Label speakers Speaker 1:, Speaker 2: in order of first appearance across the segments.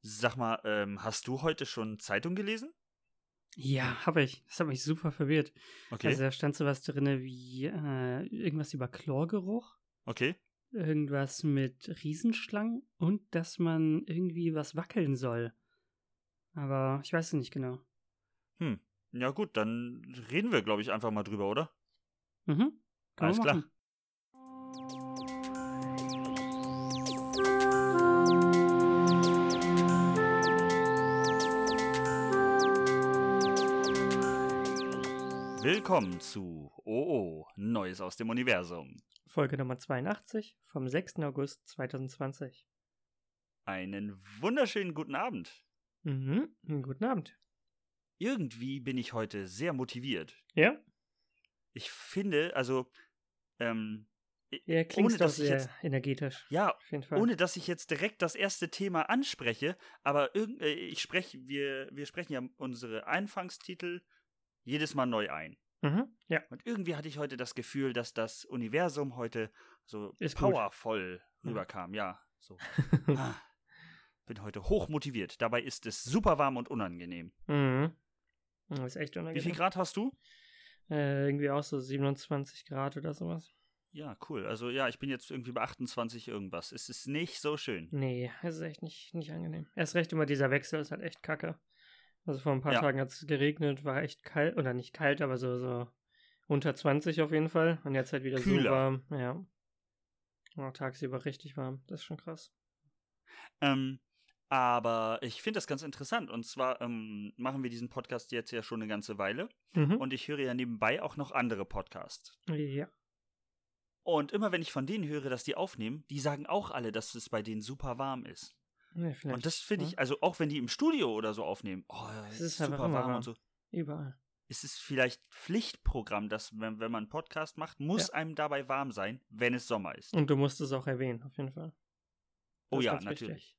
Speaker 1: Sag mal, ähm, hast du heute schon Zeitung gelesen?
Speaker 2: Ja, habe ich. Das hat mich super verwirrt.
Speaker 1: Okay,
Speaker 2: Also da stand sowas drin wie äh, irgendwas über Chlorgeruch,
Speaker 1: okay.
Speaker 2: irgendwas mit Riesenschlangen und dass man irgendwie was wackeln soll. Aber ich weiß es nicht genau.
Speaker 1: Hm. Ja gut, dann reden wir, glaube ich, einfach mal drüber, oder?
Speaker 2: Mhm. Kann
Speaker 1: Alles
Speaker 2: man
Speaker 1: klar.
Speaker 2: machen.
Speaker 1: Willkommen zu OO, Neues aus dem Universum.
Speaker 2: Folge Nummer 82 vom 6. August 2020.
Speaker 1: Einen wunderschönen guten Abend.
Speaker 2: Mhm. Guten Abend.
Speaker 1: Irgendwie bin ich heute sehr motiviert.
Speaker 2: Ja?
Speaker 1: Ich finde, also, ähm,
Speaker 2: Ja, klingt
Speaker 1: Ohne,
Speaker 2: doch
Speaker 1: dass ich
Speaker 2: sehr
Speaker 1: jetzt-
Speaker 2: energetisch.
Speaker 1: ja,
Speaker 2: Auf jeden Fall.
Speaker 1: ohne dass ich jetzt direkt das erste Thema anspreche, aber irgend, äh, ich spreche, wir, wir sprechen ja unsere Anfangstitel jedes Mal neu ein.
Speaker 2: Mhm. Ja.
Speaker 1: Und irgendwie hatte ich heute das Gefühl, dass das Universum heute so
Speaker 2: Ist gut.
Speaker 1: powervoll
Speaker 2: Ja.
Speaker 1: rüberkam. Ja, so. ah, bin heute hoch motiviert. Dabei ist es super warm und unangenehm.
Speaker 2: Mhm. Das ist echt
Speaker 1: Wie
Speaker 2: unangenehm.
Speaker 1: viel Grad hast du?
Speaker 2: Äh, irgendwie auch so 27 Grad oder sowas.
Speaker 1: Ja, cool. Also ja, ich bin jetzt irgendwie bei 28 irgendwas. Es ist nicht so schön.
Speaker 2: Nee, es ist echt nicht, nicht angenehm. Erst recht immer dieser Wechsel ist halt echt kacke. Also vor ein paar
Speaker 1: Ja.
Speaker 2: Tagen hat es geregnet, war echt kalt, oder nicht kalt, aber so, so unter 20 auf jeden Fall. Und jetzt halt wieder so
Speaker 1: Kühler.
Speaker 2: warm. Ja. Und auch tagsüber richtig warm. Das ist schon krass.
Speaker 1: Ähm, aber ich finde das ganz interessant. Und zwar ähm, machen wir diesen Podcast jetzt ja schon eine ganze Weile.
Speaker 2: Mhm.
Speaker 1: Und ich höre ja nebenbei auch noch andere Podcasts.
Speaker 2: Ja.
Speaker 1: Und immer wenn ich von denen höre, dass die aufnehmen, die sagen auch alle, dass es bei denen super warm ist.
Speaker 2: Nee, vielleicht.
Speaker 1: Und das finde
Speaker 2: ja.
Speaker 1: ich, also auch wenn die im Studio oder so aufnehmen, oh,
Speaker 2: Es
Speaker 1: es
Speaker 2: ist
Speaker 1: ist super
Speaker 2: einfach immer
Speaker 1: warm,
Speaker 2: warm.
Speaker 1: und so.
Speaker 2: Überall.
Speaker 1: Ist es vielleicht Pflichtprogramm, dass wenn, wenn man einen Podcast macht, muss einem dabei warm sein, wenn es Sommer ist.
Speaker 2: Und du musst es auch erwähnen, auf jeden Fall. Das
Speaker 1: oh
Speaker 2: ist
Speaker 1: ja,
Speaker 2: ganz wichtig.
Speaker 1: natürlich.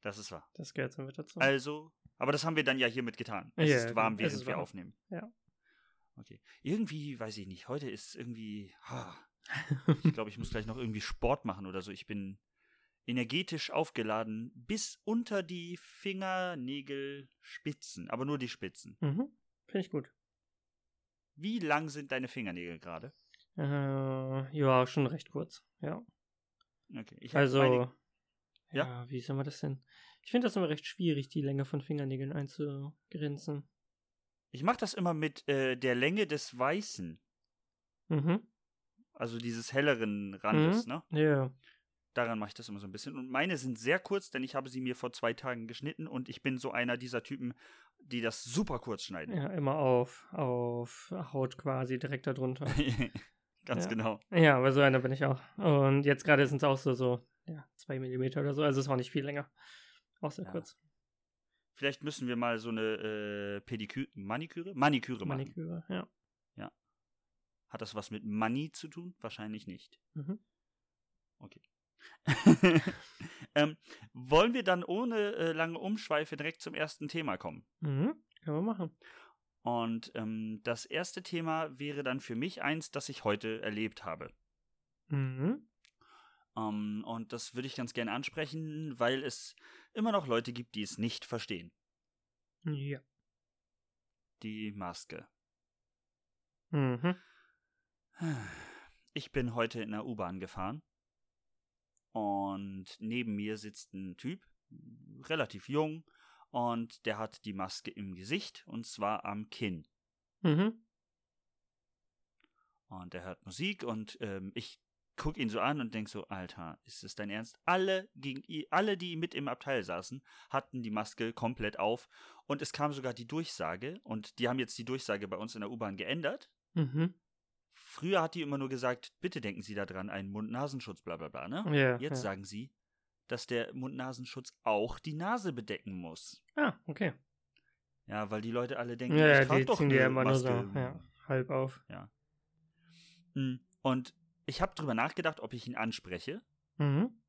Speaker 1: Das ist wahr.
Speaker 2: Das gehört so mit dazu.
Speaker 1: Also, aber das haben wir dann ja hiermit getan. Es
Speaker 2: Mhm. Ja, genau.
Speaker 1: ist warm,
Speaker 2: es
Speaker 1: während
Speaker 2: ist
Speaker 1: wir
Speaker 2: warm.
Speaker 1: aufnehmen.
Speaker 2: Ja.
Speaker 1: Okay. Irgendwie, weiß ich nicht, heute ist irgendwie, ha, ich glaube, ich muss gleich noch irgendwie Sport machen oder so. Ich bin energetisch aufgeladen bis unter die Fingernägelspitzen, aber nur die Spitzen.
Speaker 2: mhm. Finde ich gut.
Speaker 1: Wie lang sind deine Fingernägel gerade?
Speaker 2: Äh, ja, schon recht kurz. Ja.
Speaker 1: Okay. Ich hab
Speaker 2: Also.
Speaker 1: meine-
Speaker 2: ja. wie soll man das denn? Ich finde das immer recht schwierig, die Länge von Fingernägeln einzugrenzen.
Speaker 1: ich mache das immer mit äh, der Länge des weißen,
Speaker 2: Mhm.
Speaker 1: also dieses helleren Randes, ne?
Speaker 2: Ja.
Speaker 1: Daran mache ich das immer so ein bisschen. Und meine sind sehr kurz, denn ich habe sie mir vor zwei Tagen geschnitten und ich bin so einer dieser Typen, die das super kurz schneiden.
Speaker 2: Ja, immer auf, auf Haut quasi direkt darunter.
Speaker 1: Ganz
Speaker 2: Ja.
Speaker 1: genau.
Speaker 2: ja, aber so einer bin ich auch. Und jetzt gerade sind es auch so, so, ja, zwei Millimeter oder so. Also ist auch nicht viel länger. Auch sehr
Speaker 1: Ja.
Speaker 2: kurz.
Speaker 1: Vielleicht müssen wir mal so eine äh, Pediküre, Maniküre? Maniküre machen.
Speaker 2: Maniküre, ja.
Speaker 1: Hat das was mit Money zu tun? Wahrscheinlich nicht.
Speaker 2: Mhm.
Speaker 1: ähm, wollen wir dann ohne äh, lange Umschweife direkt zum ersten Thema kommen?
Speaker 2: Mhm. Können wir machen.
Speaker 1: Und ähm, das erste Thema wäre dann für mich eins, das ich heute erlebt habe.
Speaker 2: Mhm.
Speaker 1: Ähm, und das würde ich ganz gerne ansprechen, weil es immer noch Leute gibt, die es nicht verstehen.
Speaker 2: Ja.
Speaker 1: Die Maske.
Speaker 2: Mhm.
Speaker 1: Ich bin heute in der U-Bahn gefahren und neben mir sitzt ein Typ, relativ jung, und der hat die Maske im Gesicht und zwar am Kinn.
Speaker 2: Mhm.
Speaker 1: Und er hört Musik und ähm, ich guck ihn so an und denk so, Alter, ist es dein Ernst? Alle, gegen, i- alle, die mit im Abteil saßen, hatten die Maske komplett auf und es kam sogar die Durchsage und die haben jetzt die Durchsage bei uns in der U-Bahn geändert.
Speaker 2: Mhm.
Speaker 1: Früher hat die immer nur gesagt, bitte denken Sie daran, einen Mund-Nasenschutz, bla bla bla, ne?
Speaker 2: Ja.
Speaker 1: Jetzt
Speaker 2: ja.
Speaker 1: sagen sie, dass der Mund-Nasenschutz auch die Nase bedecken muss.
Speaker 2: Ah, okay.
Speaker 1: Ja, weil die Leute alle denken,
Speaker 2: Ja,
Speaker 1: ja,
Speaker 2: ja,
Speaker 1: ich trage
Speaker 2: die
Speaker 1: doch
Speaker 2: ziehen die
Speaker 1: eine
Speaker 2: ja immer nur so
Speaker 1: Maske.
Speaker 2: ja, halb auf.
Speaker 1: Mm. Und ich habe drüber nachgedacht, ob ich ihn anspreche.
Speaker 2: Mhm.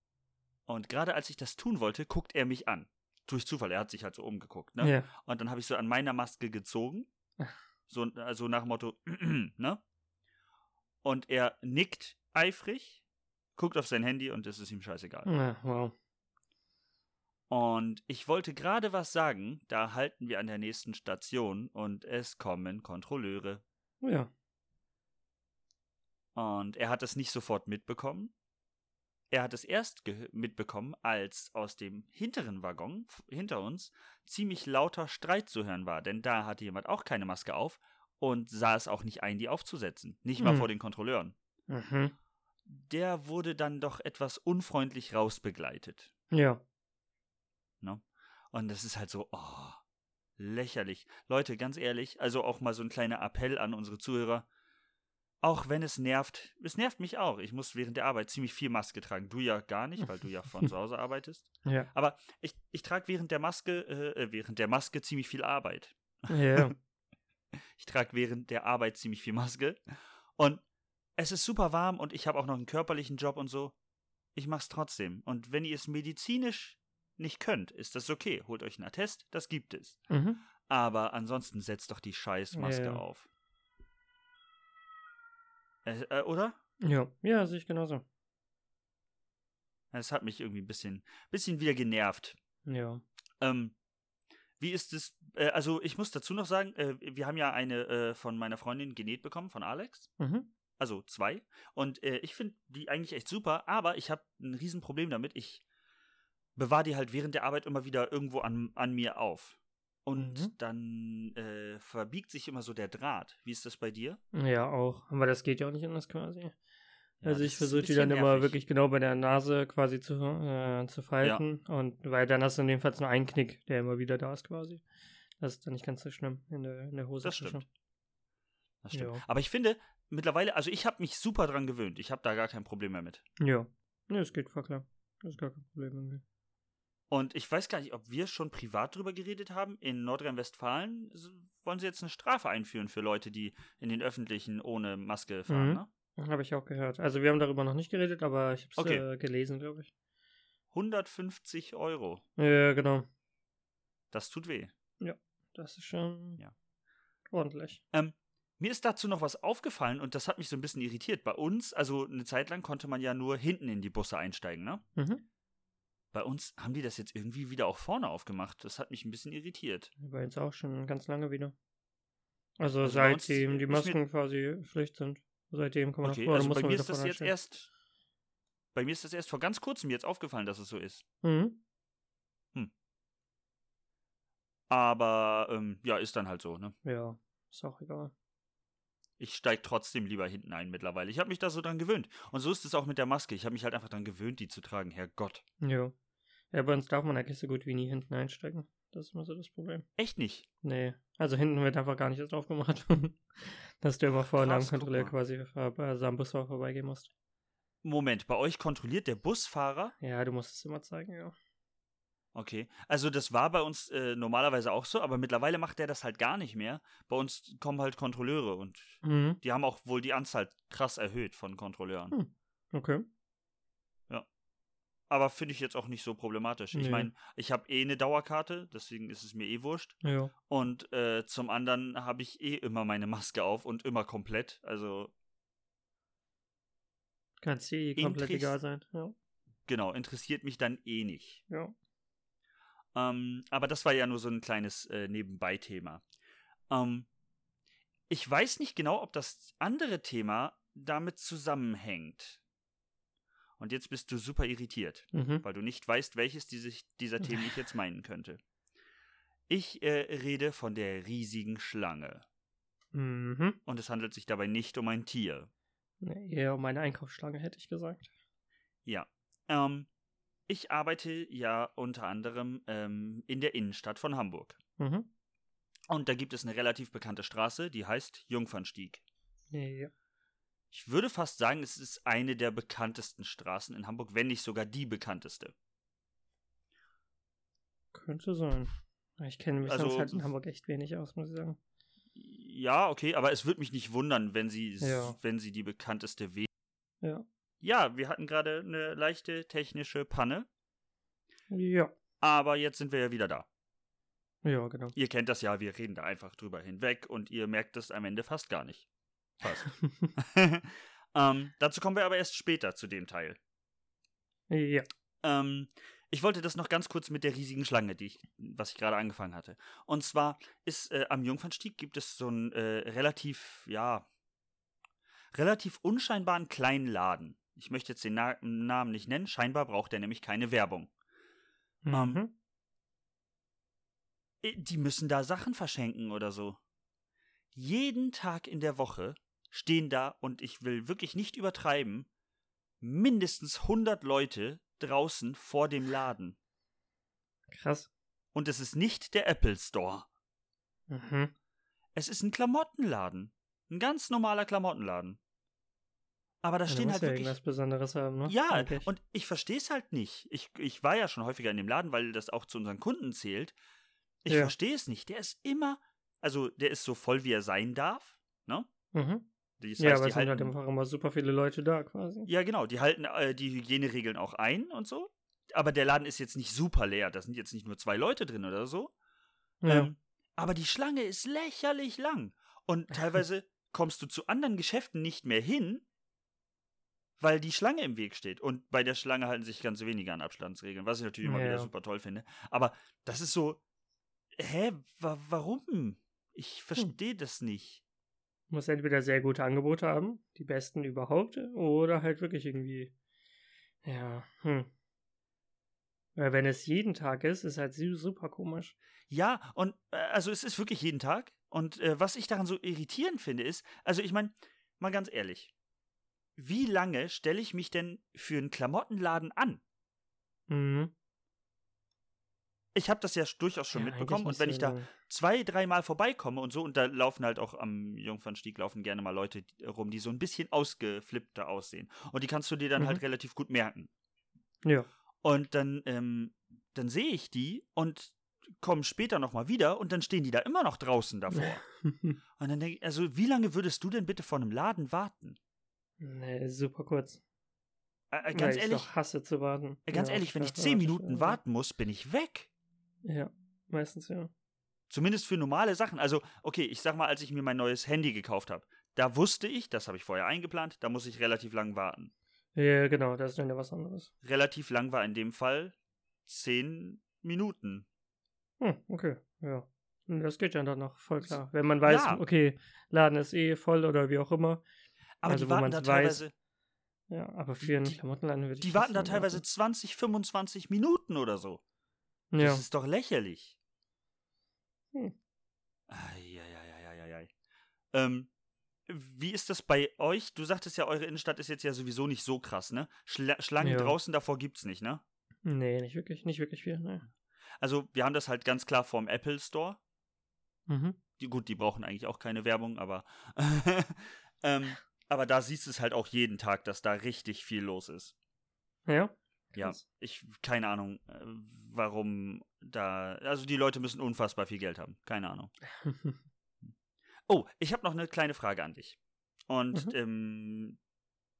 Speaker 1: Und gerade als ich das tun wollte, guckt er mich an. Durch Zufall, er hat sich halt so umgeguckt, ne?
Speaker 2: Ja.
Speaker 1: Und dann habe ich so an meiner Maske gezogen. So also nach dem Motto, ne? Und er nickt eifrig, guckt auf sein Handy und es ist ihm scheißegal.
Speaker 2: ja, wow.
Speaker 1: Und ich wollte gerade was sagen, da halten wir an der nächsten Station und es kommen Kontrolleure.
Speaker 2: Oh ja.
Speaker 1: Und er hat es nicht sofort mitbekommen. Er hat es erst ge- mitbekommen, als aus dem hinteren Waggon f- hinter uns ziemlich lauter Streit zu hören war, denn da hatte jemand auch keine Maske auf und sah es auch nicht ein, die aufzusetzen. Nicht mal
Speaker 2: Hm.
Speaker 1: vor den Kontrolleuren.
Speaker 2: Mhm.
Speaker 1: Der wurde dann doch etwas unfreundlich rausbegleitet.
Speaker 2: Ja.
Speaker 1: Und das ist halt so, oh, lächerlich. Leute, ganz ehrlich, also auch mal so ein kleiner Appell an unsere Zuhörer. Auch wenn es nervt, es nervt mich auch. Ich muss während der Arbeit ziemlich viel Maske tragen. Du ja gar nicht, weil du ja von zu Hause arbeitest.
Speaker 2: Ja.
Speaker 1: Ich, ich trage während der Maske, äh, äh, während der Maske ziemlich viel Arbeit.
Speaker 2: Ja.
Speaker 1: Ich trage während der Arbeit ziemlich viel Maske. Und es ist super warm und ich habe auch noch einen körperlichen Job und so. Ich mach's trotzdem. Und wenn ihr es medizinisch nicht könnt, ist das okay. Holt euch einen Attest, das gibt es.
Speaker 2: mhm.
Speaker 1: Aber ansonsten setzt doch die Scheißmaske
Speaker 2: Ja, ja.
Speaker 1: auf. Äh, äh, oder?
Speaker 2: Ja. Ja, sehe ich genauso.
Speaker 1: Es hat mich irgendwie ein bisschen, bisschen wieder genervt.
Speaker 2: Ja.
Speaker 1: Ähm, wie ist es? Äh, also, ich muss dazu noch sagen, äh, wir haben ja eine äh, von meiner Freundin genäht bekommen, von Alex.
Speaker 2: Mhm.
Speaker 1: Also zwei. Und äh, ich finde die eigentlich echt super, aber ich habe ein Riesenproblem damit. Ich bewahre die halt während der Arbeit immer wieder irgendwo an, an mir auf. Und
Speaker 2: Mhm.
Speaker 1: dann äh, verbiegt sich immer so der Draht. Wie ist das bei dir?
Speaker 2: Ja, auch. Aber das geht ja auch nicht anders quasi.
Speaker 1: Ja, das
Speaker 2: also ich
Speaker 1: ist ein
Speaker 2: versuche die
Speaker 1: bisschen
Speaker 2: dann immer
Speaker 1: nervig.
Speaker 2: wirklich genau bei der Nase quasi zu, äh, zu falten. Und weil dann hast du in dem Fall nur einen Knick, der immer wieder da ist quasi. Das ist dann nicht ganz so schlimm in der, in der Hose.
Speaker 1: Das stimmt. Das stimmt.
Speaker 2: Ja.
Speaker 1: Aber ich finde, mittlerweile, also ich habe mich super dran gewöhnt. Ich habe da gar kein Problem mehr mit.
Speaker 2: Ja. Ne, es geht voll klar. Das ist gar kein Problem irgendwie.
Speaker 1: Und ich weiß gar nicht, ob wir schon privat drüber geredet haben. In Nordrhein-Westfalen s- wollen sie jetzt eine Strafe einführen für Leute, die in den Öffentlichen ohne Maske fahren.
Speaker 2: Mhm.
Speaker 1: Ne?
Speaker 2: Habe ich auch gehört. Also wir haben darüber noch nicht geredet, aber ich habe es
Speaker 1: Okay.
Speaker 2: äh, gelesen, glaube ich.
Speaker 1: 150 Euro.
Speaker 2: Ja, genau.
Speaker 1: Das tut weh.
Speaker 2: Das ist schon
Speaker 1: Ja.
Speaker 2: ordentlich.
Speaker 1: Mir ist dazu noch was aufgefallen und das hat mich so ein bisschen irritiert. Bei uns, also eine Zeit lang konnte man ja nur hinten in die Busse einsteigen, ne?
Speaker 2: Mhm.
Speaker 1: Bei uns haben die das jetzt irgendwie wieder auch vorne aufgemacht. Das hat mich ein bisschen irritiert.
Speaker 2: War jetzt auch schon ganz lange wieder. Also,
Speaker 1: Also bei uns
Speaker 2: seitdem die
Speaker 1: ist mir-
Speaker 2: Masken quasi Pflicht sind. Seitdem kann man
Speaker 1: Okay,
Speaker 2: nach vorne,
Speaker 1: also
Speaker 2: muss
Speaker 1: bei
Speaker 2: man
Speaker 1: mir
Speaker 2: wieder
Speaker 1: ist das
Speaker 2: vorne
Speaker 1: jetzt
Speaker 2: einsteigen.
Speaker 1: erst. Bei mir ist das erst vor ganz kurzem jetzt aufgefallen, dass es so ist.
Speaker 2: Mhm.
Speaker 1: Aber ähm, ja, ist dann halt so, ne?
Speaker 2: Ja, ist auch egal.
Speaker 1: Ich steige trotzdem lieber hinten ein mittlerweile. Ich habe mich da so dran gewöhnt. Und so ist es auch mit der Maske. Ich habe mich halt einfach dran gewöhnt, die zu tragen. Herrgott.
Speaker 2: Ja. Ja, bei uns darf man eigentlich so gut wie nie hinten einsteigen. Das ist immer so das Problem.
Speaker 1: Echt nicht.
Speaker 2: Nee. Also hinten wird einfach gar nicht erst aufgemacht. Dass du immer vorne am
Speaker 1: krass, guck
Speaker 2: Kontrolleur
Speaker 1: mal.
Speaker 2: quasi vor- also am Busfahrer vorbeigehen musst.
Speaker 1: Moment, bei euch kontrolliert der Busfahrer?
Speaker 2: Ja, du musst es immer zeigen, ja.
Speaker 1: Okay. Also das war bei uns äh, normalerweise auch so, aber mittlerweile macht der das halt gar nicht mehr. Bei uns kommen halt Kontrolleure und
Speaker 2: Mhm.
Speaker 1: die haben auch wohl die Anzahl krass erhöht von Kontrolleuren.
Speaker 2: Hm. Okay.
Speaker 1: Aber finde ich jetzt auch nicht so problematisch. Ich
Speaker 2: Nee.
Speaker 1: meine, ich habe eh eine Dauerkarte, deswegen ist es mir eh wurscht.
Speaker 2: Ja.
Speaker 1: Und äh, zum anderen habe ich eh immer meine Maske auf und immer komplett. Also
Speaker 2: Kann es dir eh komplett
Speaker 1: Interess-
Speaker 2: egal sein. Ja.
Speaker 1: genau, interessiert mich dann eh nicht.
Speaker 2: Ja.
Speaker 1: Ähm, aber das war ja nur so ein kleines äh, Nebenbei-Thema. Ähm, ich weiß nicht genau, ob das andere Thema damit zusammenhängt. Und jetzt bist du super irritiert,
Speaker 2: Mhm.
Speaker 1: weil du nicht weißt, welches diese, dieser Themen ich jetzt meinen könnte. Ich äh, rede von der riesigen Schlange.
Speaker 2: Mhm.
Speaker 1: Und es handelt sich dabei nicht um ein Tier.
Speaker 2: Nee, eher um eine Einkaufsschlange, hätte ich gesagt.
Speaker 1: Ja. Ähm, ich arbeite ja unter anderem ähm, in der Innenstadt von Hamburg.
Speaker 2: Mhm.
Speaker 1: Und da gibt es eine relativ bekannte Straße, die heißt Jungfernstieg.
Speaker 2: Ja.
Speaker 1: Ich würde fast sagen, es ist eine der bekanntesten Straßen in Hamburg, wenn nicht sogar die bekannteste.
Speaker 2: Könnte sein. Ich kenne mich
Speaker 1: Also-
Speaker 2: sonst halt in Hamburg echt wenig aus, muss ich sagen.
Speaker 1: Ja, okay, aber es würde mich nicht wundern, wenn sie,
Speaker 2: Ja.
Speaker 1: wenn sie die bekannteste wäre.
Speaker 2: Ja.
Speaker 1: Ja, wir hatten gerade eine leichte technische Panne,
Speaker 2: Ja.
Speaker 1: aber jetzt sind wir ja wieder da.
Speaker 2: Ja, genau.
Speaker 1: Ihr kennt das ja, wir reden da einfach drüber hinweg und ihr merkt es am Ende fast gar nicht. Fast. ähm, dazu kommen wir aber erst später zu dem Teil.
Speaker 2: ja.
Speaker 1: Ähm, Ich wollte das noch ganz kurz mit der riesigen Schlange, die ich, was ich gerade angefangen hatte. Und zwar ist äh, am Jungfernstieg gibt es so einen äh, relativ, ja, relativ unscheinbaren kleinen Laden. Ich möchte jetzt den Na Namen nicht nennen, scheinbar braucht er nämlich keine Werbung. Ähm,
Speaker 2: Mhm.
Speaker 1: Äh, die müssen da Sachen verschenken oder so. Jeden Tag in der Woche stehen da, und ich will wirklich nicht übertreiben, mindestens 100 Leute draußen vor dem Laden.
Speaker 2: Krass.
Speaker 1: Und es ist nicht der Apple Store.
Speaker 2: Mhm.
Speaker 1: Es ist ein Klamottenladen. Ein ganz normaler Klamottenladen. Aber da
Speaker 2: Ja, da
Speaker 1: stehen
Speaker 2: muss
Speaker 1: halt
Speaker 2: ja
Speaker 1: wirklich.
Speaker 2: irgendwas Besonderes haben, ne?
Speaker 1: Ja,
Speaker 2: Eigentlich.
Speaker 1: und ich verstehe es halt nicht. Ich, ich war ja schon häufiger in dem Laden, weil das auch zu unseren Kunden zählt. Ich
Speaker 2: Ja.
Speaker 1: verstehe es nicht. Der ist immer, also der ist so voll, wie er sein darf.
Speaker 2: mhm.
Speaker 1: Das
Speaker 2: ja,
Speaker 1: heißt,
Speaker 2: aber
Speaker 1: die
Speaker 2: es sind halt
Speaker 1: halten,
Speaker 2: einfach immer super viele Leute da quasi.
Speaker 1: ja, genau, die halten äh, die Hygieneregeln auch ein und so. Aber der Laden ist jetzt nicht super leer. Da sind jetzt nicht nur zwei Leute drin oder so. Ähm, aber die Schlange ist lächerlich lang. Und teilweise kommst du zu anderen Geschäften nicht mehr hin, weil die Schlange im Weg steht. Und bei der Schlange halten sich ganz wenige an Abstandsregeln, was ich natürlich immer
Speaker 2: Ja.
Speaker 1: wieder super toll finde. Aber das ist so, hä, wa warum? Ich verstehe das nicht.
Speaker 2: muss entweder sehr gute Angebote haben, die besten überhaupt, oder halt wirklich irgendwie. Ja, hm. Weil wenn es jeden Tag ist, ist halt su- super komisch.
Speaker 1: Ja, und äh, also es ist wirklich jeden Tag. Und äh, was ich daran so irritierend finde, ist, also ich meine, mal ganz ehrlich, wie lange stelle ich mich denn für einen Klamottenladen an?
Speaker 2: Mhm.
Speaker 1: ich habe das ja durchaus schon
Speaker 2: Ja,
Speaker 1: mitbekommen
Speaker 2: eigentlich
Speaker 1: und wenn
Speaker 2: nicht äh,
Speaker 1: ich da
Speaker 2: so-
Speaker 1: zwei, dreimal vorbeikomme und so und da laufen halt auch am Jungfernstieg laufen gerne mal Leute rum, die so ein bisschen ausgeflippter aussehen und die kannst du dir dann
Speaker 2: Mhm.
Speaker 1: halt relativ gut merken
Speaker 2: Ja.
Speaker 1: und dann ähm, dann sehe ich die und komme später noch mal wieder und dann stehen die da immer noch draußen davor und dann denke ich, also wie lange würdest du denn bitte vor einem Laden warten?
Speaker 2: nee, super kurz.
Speaker 1: Äh, äh,
Speaker 2: Weil
Speaker 1: ganz
Speaker 2: ich
Speaker 1: ehrlich,
Speaker 2: doch hasse zu warten.
Speaker 1: äh, ganz
Speaker 2: Ja,
Speaker 1: ehrlich, wenn ich
Speaker 2: da
Speaker 1: zehn
Speaker 2: warte
Speaker 1: Minuten
Speaker 2: immer.
Speaker 1: warten muss, bin ich weg.
Speaker 2: Ja, meistens ja.
Speaker 1: Zumindest für normale Sachen. Also, okay, ich sag mal, als ich mir mein neues Handy gekauft habe, da wusste ich, das habe ich vorher eingeplant, da muss ich relativ lang warten.
Speaker 2: Ja, genau, das ist dann ja was anderes.
Speaker 1: Relativ lang war in dem Fall zehn Minuten.
Speaker 2: Hm, okay, ja. Und Das geht ja dann noch voll klar. Wenn man weiß,
Speaker 1: Ja.
Speaker 2: okay, Laden ist eh voll oder wie auch immer.
Speaker 1: Aber
Speaker 2: Also,
Speaker 1: die
Speaker 2: wo
Speaker 1: warten
Speaker 2: man's
Speaker 1: da
Speaker 2: weiß,
Speaker 1: teilweise,
Speaker 2: Ja, aber für einen
Speaker 1: Die-
Speaker 2: Klamottenladen würde ich genau.
Speaker 1: die warten da
Speaker 2: trotzdem
Speaker 1: teilweise 20, 25 Minuten oder so.
Speaker 2: Ja.
Speaker 1: Das ist doch lächerlich.
Speaker 2: Hm.
Speaker 1: Eieieiei. Ähm, wie ist das bei euch? Du sagtest ja, eure Innenstadt ist jetzt ja sowieso nicht so krass, ne? Schla Schlangen
Speaker 2: Ja.
Speaker 1: draußen davor gibt's nicht, ne?
Speaker 2: Nee, nicht wirklich, nicht wirklich viel. Nee.
Speaker 1: Also, wir haben das halt ganz klar vorm Apple Store.
Speaker 2: Mhm.
Speaker 1: Die, gut, die brauchen eigentlich auch keine Werbung, aber. ähm, aber da siehst du es halt auch jeden Tag, dass da richtig viel los ist.
Speaker 2: Ja.
Speaker 1: Ja,
Speaker 2: Krass.
Speaker 1: ich, keine Ahnung, äh, warum da. Also, die Leute müssen unfassbar viel Geld haben. Keine Ahnung. Oh, ich habe noch eine kleine Frage an dich. Und
Speaker 2: Mhm.
Speaker 1: ähm,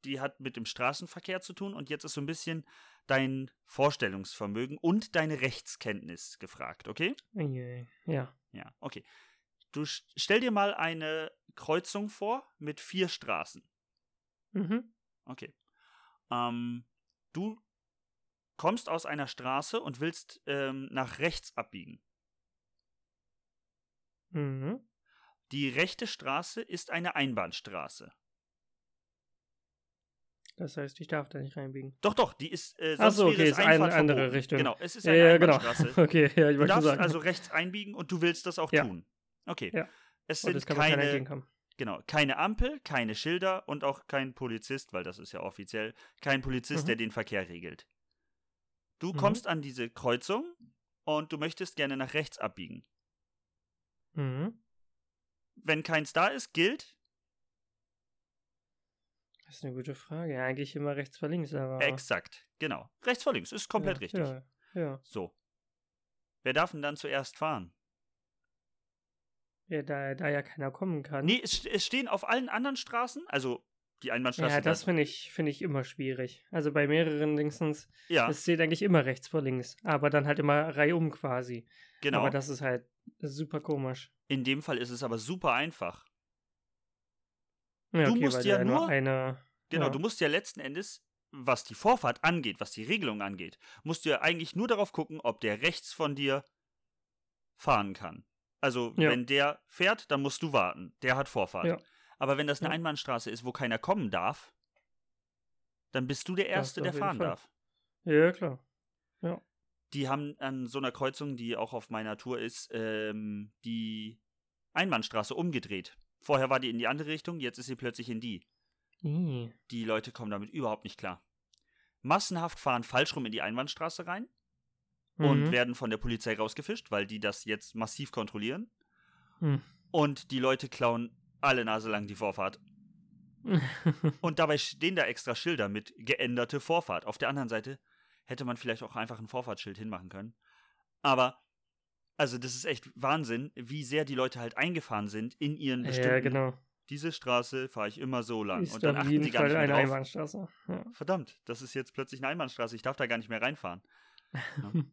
Speaker 1: die hat mit dem Straßenverkehr zu tun. Und jetzt ist so ein bisschen dein Vorstellungsvermögen und deine Rechtskenntnis gefragt, okay?
Speaker 2: Uiui. ja.
Speaker 1: Ja, okay. Du st- stell dir mal eine Kreuzung vor mit vier Straßen.
Speaker 2: Mhm.
Speaker 1: Okay. Ähm, du kommst aus einer Straße und willst ähm, nach rechts abbiegen.
Speaker 2: Mhm.
Speaker 1: Die rechte Straße ist eine Einbahnstraße.
Speaker 2: Das heißt, ich darf da nicht reinbiegen.
Speaker 1: Doch, doch, die ist. Äh,
Speaker 2: Ach
Speaker 1: sonst
Speaker 2: so,
Speaker 1: wäre
Speaker 2: okay,
Speaker 1: es
Speaker 2: ist eine
Speaker 1: Einfahrt
Speaker 2: andere
Speaker 1: verboten.
Speaker 2: Richtung.
Speaker 1: Genau, es ist
Speaker 2: Ja,
Speaker 1: eine
Speaker 2: ja, genau.
Speaker 1: Einbahnstraße.
Speaker 2: okay, ja, ich
Speaker 1: Du
Speaker 2: wollte schon
Speaker 1: darfst
Speaker 2: sagen. Oh,
Speaker 1: also rechts einbiegen und du willst das auch
Speaker 2: Ja.
Speaker 1: tun. Okay.
Speaker 2: Ja.
Speaker 1: Es
Speaker 2: Und
Speaker 1: sind
Speaker 2: es kann mir keiner
Speaker 1: keine,
Speaker 2: entgegenkommen.
Speaker 1: Genau, keine Ampel, keine Schilder und auch kein Polizist, weil das ist ja offiziell, kein Polizist,
Speaker 2: Mhm.
Speaker 1: der den Verkehr regelt. Du
Speaker 2: Mhm.
Speaker 1: kommst an diese Kreuzung und du möchtest gerne nach rechts abbiegen.
Speaker 2: Mhm.
Speaker 1: Wenn keins da ist, gilt
Speaker 2: Das ist eine gute Frage. Ja, eigentlich immer rechts vor links, aber.
Speaker 1: exakt, genau. Rechts vor links, ist komplett
Speaker 2: ja,
Speaker 1: richtig.
Speaker 2: Ja, ja.
Speaker 1: So. Wer darf denn dann zuerst fahren?
Speaker 2: ja da, da ja keiner kommen kann.
Speaker 1: Nee, es, es stehen auf allen anderen Straßen, also die Einbahnstraße.
Speaker 2: ja, das finde ich, finde ich immer schwierig. Also bei mehreren Linksens,
Speaker 1: ja
Speaker 2: es steht eigentlich immer rechts vor links, aber dann halt immer reihum quasi.
Speaker 1: genau.
Speaker 2: Aber das ist halt super komisch.
Speaker 1: In dem Fall ist es aber super einfach.
Speaker 2: Ja,
Speaker 1: Du musst ja
Speaker 2: da
Speaker 1: nur-
Speaker 2: eine.
Speaker 1: Genau,
Speaker 2: Ja.
Speaker 1: du musst ja letzten Endes was die Vorfahrt angeht, was die Regelung angeht, musst du ja eigentlich nur darauf gucken, ob der rechts von dir fahren kann. Also,
Speaker 2: Ja.
Speaker 1: wenn der fährt, dann musst du warten. Der hat Vorfahrt.
Speaker 2: Ja.
Speaker 1: Aber wenn das eine
Speaker 2: Ja.
Speaker 1: Einbahnstraße ist, wo keiner kommen darf, dann bist du der
Speaker 2: Das
Speaker 1: Erste,
Speaker 2: auf
Speaker 1: der
Speaker 2: jeden
Speaker 1: fahren
Speaker 2: Fall.
Speaker 1: darf.
Speaker 2: Ja, klar.
Speaker 1: Die haben an so einer Kreuzung, die auch auf meiner Tour ist, ähm, die Einbahnstraße umgedreht. Vorher war die in die andere Richtung, jetzt ist sie plötzlich in die.
Speaker 2: Ih.
Speaker 1: Die Leute kommen damit überhaupt nicht klar. Massenhaft fahren falsch rum in die Einbahnstraße rein und
Speaker 2: Mhm.
Speaker 1: werden von der Polizei rausgefischt, weil die das jetzt massiv kontrollieren.
Speaker 2: Mhm.
Speaker 1: Und die Leute klauen alle Nase lang die Vorfahrt. Und dabei stehen da extra Schilder mit geänderte Vorfahrt. Auf der anderen Seite hätte man vielleicht auch einfach ein Vorfahrtsschild hinmachen können. Aber, also das ist echt Wahnsinn, wie sehr die Leute halt eingefahren sind in ihren bestimmten...
Speaker 2: ja, genau.
Speaker 1: Diese Straße fahre ich immer so lang.
Speaker 2: Ist
Speaker 1: und dann
Speaker 2: auf
Speaker 1: achten
Speaker 2: jeden
Speaker 1: sie gar
Speaker 2: Fall
Speaker 1: nicht mehr
Speaker 2: eine
Speaker 1: drauf.
Speaker 2: Einbahnstraße. Ja.
Speaker 1: Verdammt, das ist jetzt plötzlich eine Einbahnstraße. Ich darf da gar nicht mehr reinfahren. Ne?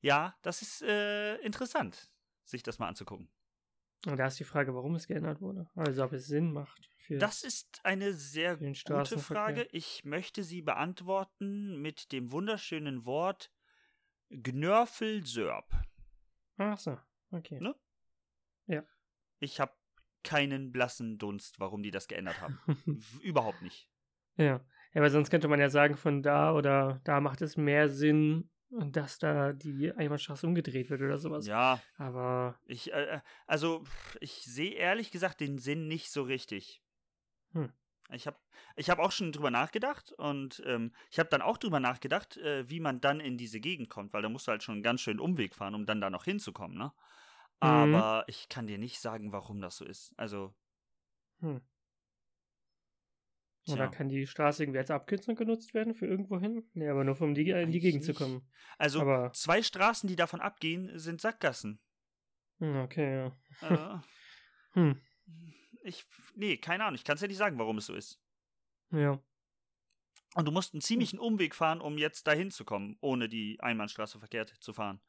Speaker 1: ja, das ist äh, interessant, sich das mal anzugucken.
Speaker 2: Und da ist die Frage, warum es geändert wurde. Also ob es Sinn macht für
Speaker 1: Das ist eine sehr
Speaker 2: den
Speaker 1: gute
Speaker 2: Straßenverkehr.
Speaker 1: Frage. Ich möchte sie beantworten mit dem wunderschönen Wort Gnörfelsörp.
Speaker 2: Ach so, okay.
Speaker 1: Ne? Ich habe keinen blassen Dunst, warum die das geändert haben. W- Überhaupt nicht.
Speaker 2: ja. ja, weil sonst könnte man ja sagen, von da oder da macht es mehr Sinn, dass da die Einbahnstraße umgedreht wird oder sowas.
Speaker 1: Ja,
Speaker 2: Aber
Speaker 1: ich äh, also pff, ich sehe ehrlich gesagt den Sinn nicht so richtig.
Speaker 2: Hm.
Speaker 1: Ich habe ich hab auch schon drüber nachgedacht und ähm, ich habe dann auch drüber nachgedacht, äh, wie man dann in diese Gegend kommt, weil da musst du halt schon einen ganz schönen Umweg fahren, um dann da noch hinzukommen, ne?
Speaker 2: Mhm.
Speaker 1: Aber ich kann dir nicht sagen, warum das so ist. Also,
Speaker 2: Hm.
Speaker 1: Tja.
Speaker 2: Oder kann die Straße irgendwie als Abkürzung genutzt werden für irgendwo hin? Nee, aber nur um die, in die
Speaker 1: Eigentlich
Speaker 2: Gegend zu
Speaker 1: nicht.
Speaker 2: kommen.
Speaker 1: also
Speaker 2: aber,
Speaker 1: zwei Straßen, die davon abgehen, sind Sackgassen.
Speaker 2: hm, okay, ja.
Speaker 1: äh,
Speaker 2: Hm,
Speaker 1: ich, nee, keine Ahnung. Ich kann es ja nicht sagen, warum es so ist.
Speaker 2: ja.
Speaker 1: Und du musst einen ziemlichen Umweg fahren, um jetzt dahin zu kommen, ohne die Einbahnstraße verkehrt zu fahren.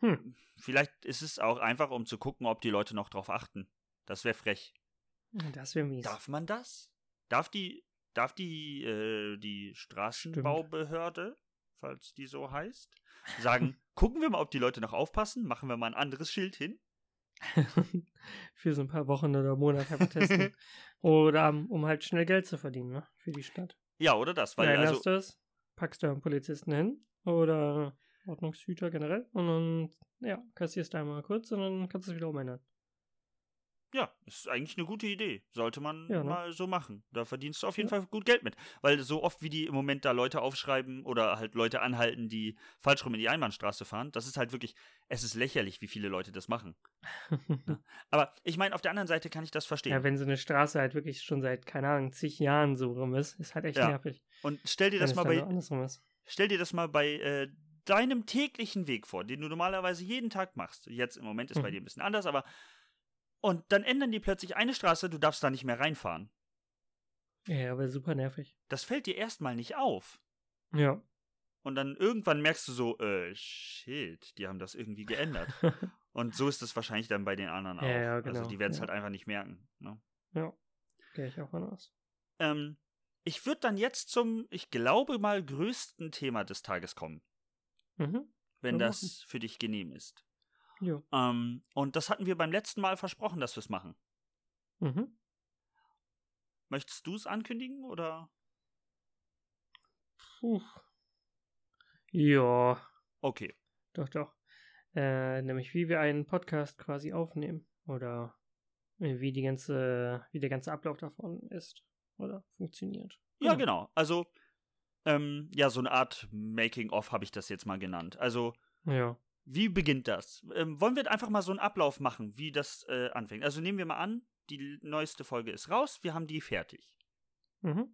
Speaker 2: Hm.
Speaker 1: Vielleicht ist es auch einfach, um zu gucken, ob die Leute noch drauf achten. Das wäre frech.
Speaker 2: Das wäre mies.
Speaker 1: Darf man das? Darf die, darf die, äh, die Straßenbaubehörde, falls die so heißt, sagen, gucken wir mal, ob die Leute noch aufpassen, machen wir mal ein anderes Schild hin?
Speaker 2: für so ein paar Wochen oder Monate einfach testen. oder um, um halt schnell Geld zu verdienen, ne? Für die Stadt.
Speaker 1: Ja, oder das? Weil
Speaker 2: Weil
Speaker 1: also,
Speaker 2: du es, packst du einen Polizisten hin oder Ordnungshüter generell und dann, ja, kassierst du einmal kurz und dann kannst du es wieder umändern.
Speaker 1: Ja, ist eigentlich eine gute Idee. Sollte man
Speaker 2: Ja, ne?
Speaker 1: mal so machen. Da verdienst du auf jeden
Speaker 2: Ja.
Speaker 1: Fall gut Geld mit. Weil so oft, wie die im Moment da Leute aufschreiben oder halt Leute anhalten, die falsch rum in die Einbahnstraße fahren, das ist halt wirklich, es ist lächerlich, wie viele Leute das machen. Aber ich meine, auf der anderen Seite kann ich das verstehen.
Speaker 2: Ja, wenn so eine Straße halt wirklich schon seit, keine Ahnung, zig Jahren so rum ist, ist halt echt
Speaker 1: Ja.
Speaker 2: nervig.
Speaker 1: Und stell dir
Speaker 2: Wenn
Speaker 1: das
Speaker 2: es
Speaker 1: mal
Speaker 2: dann
Speaker 1: bei,
Speaker 2: so andersrum ist.
Speaker 1: stell dir das mal bei äh, deinem täglichen Weg vor, den du normalerweise jeden Tag machst. Jetzt im Moment ist bei
Speaker 2: Mhm.
Speaker 1: dir ein bisschen anders, aber und dann ändern die plötzlich eine Straße, du darfst da nicht mehr reinfahren.
Speaker 2: Ja, aber super nervig.
Speaker 1: Das fällt dir erstmal nicht auf.
Speaker 2: Ja.
Speaker 1: Und dann irgendwann merkst du so, äh, shit, die haben das irgendwie geändert. Und so ist es wahrscheinlich dann bei den anderen auch.
Speaker 2: Ja, ja, genau,
Speaker 1: also die werden es
Speaker 2: ja.
Speaker 1: halt einfach nicht merken. Ne?
Speaker 2: ja. Gehe ich auch von aus.
Speaker 1: Ähm, ich würde dann jetzt zum, ich glaube mal, größten Thema des Tages kommen,
Speaker 2: Mhm.
Speaker 1: wenn
Speaker 2: Ja,
Speaker 1: das für dich genehm ist.
Speaker 2: Jo.
Speaker 1: Ähm, und das hatten wir beim letzten Mal versprochen, dass wir es machen.
Speaker 2: Mhm.
Speaker 1: Möchtest du es ankündigen oder?
Speaker 2: Puh. Ja,
Speaker 1: Okay.
Speaker 2: doch, doch. Äh, nämlich wie wir einen Podcast quasi aufnehmen. Oder äh, wie die ganze, wie der ganze Ablauf davon ist. Oder funktioniert.
Speaker 1: Ja, genau. Also, ähm, ja, so eine Art Making-of habe ich das jetzt mal genannt. Also,
Speaker 2: Ja.
Speaker 1: Wie beginnt das? Ähm, wollen wir einfach mal so einen Ablauf machen, wie das äh, anfängt? Also nehmen wir mal an, die neueste Folge ist raus, wir haben die fertig.
Speaker 2: Mhm.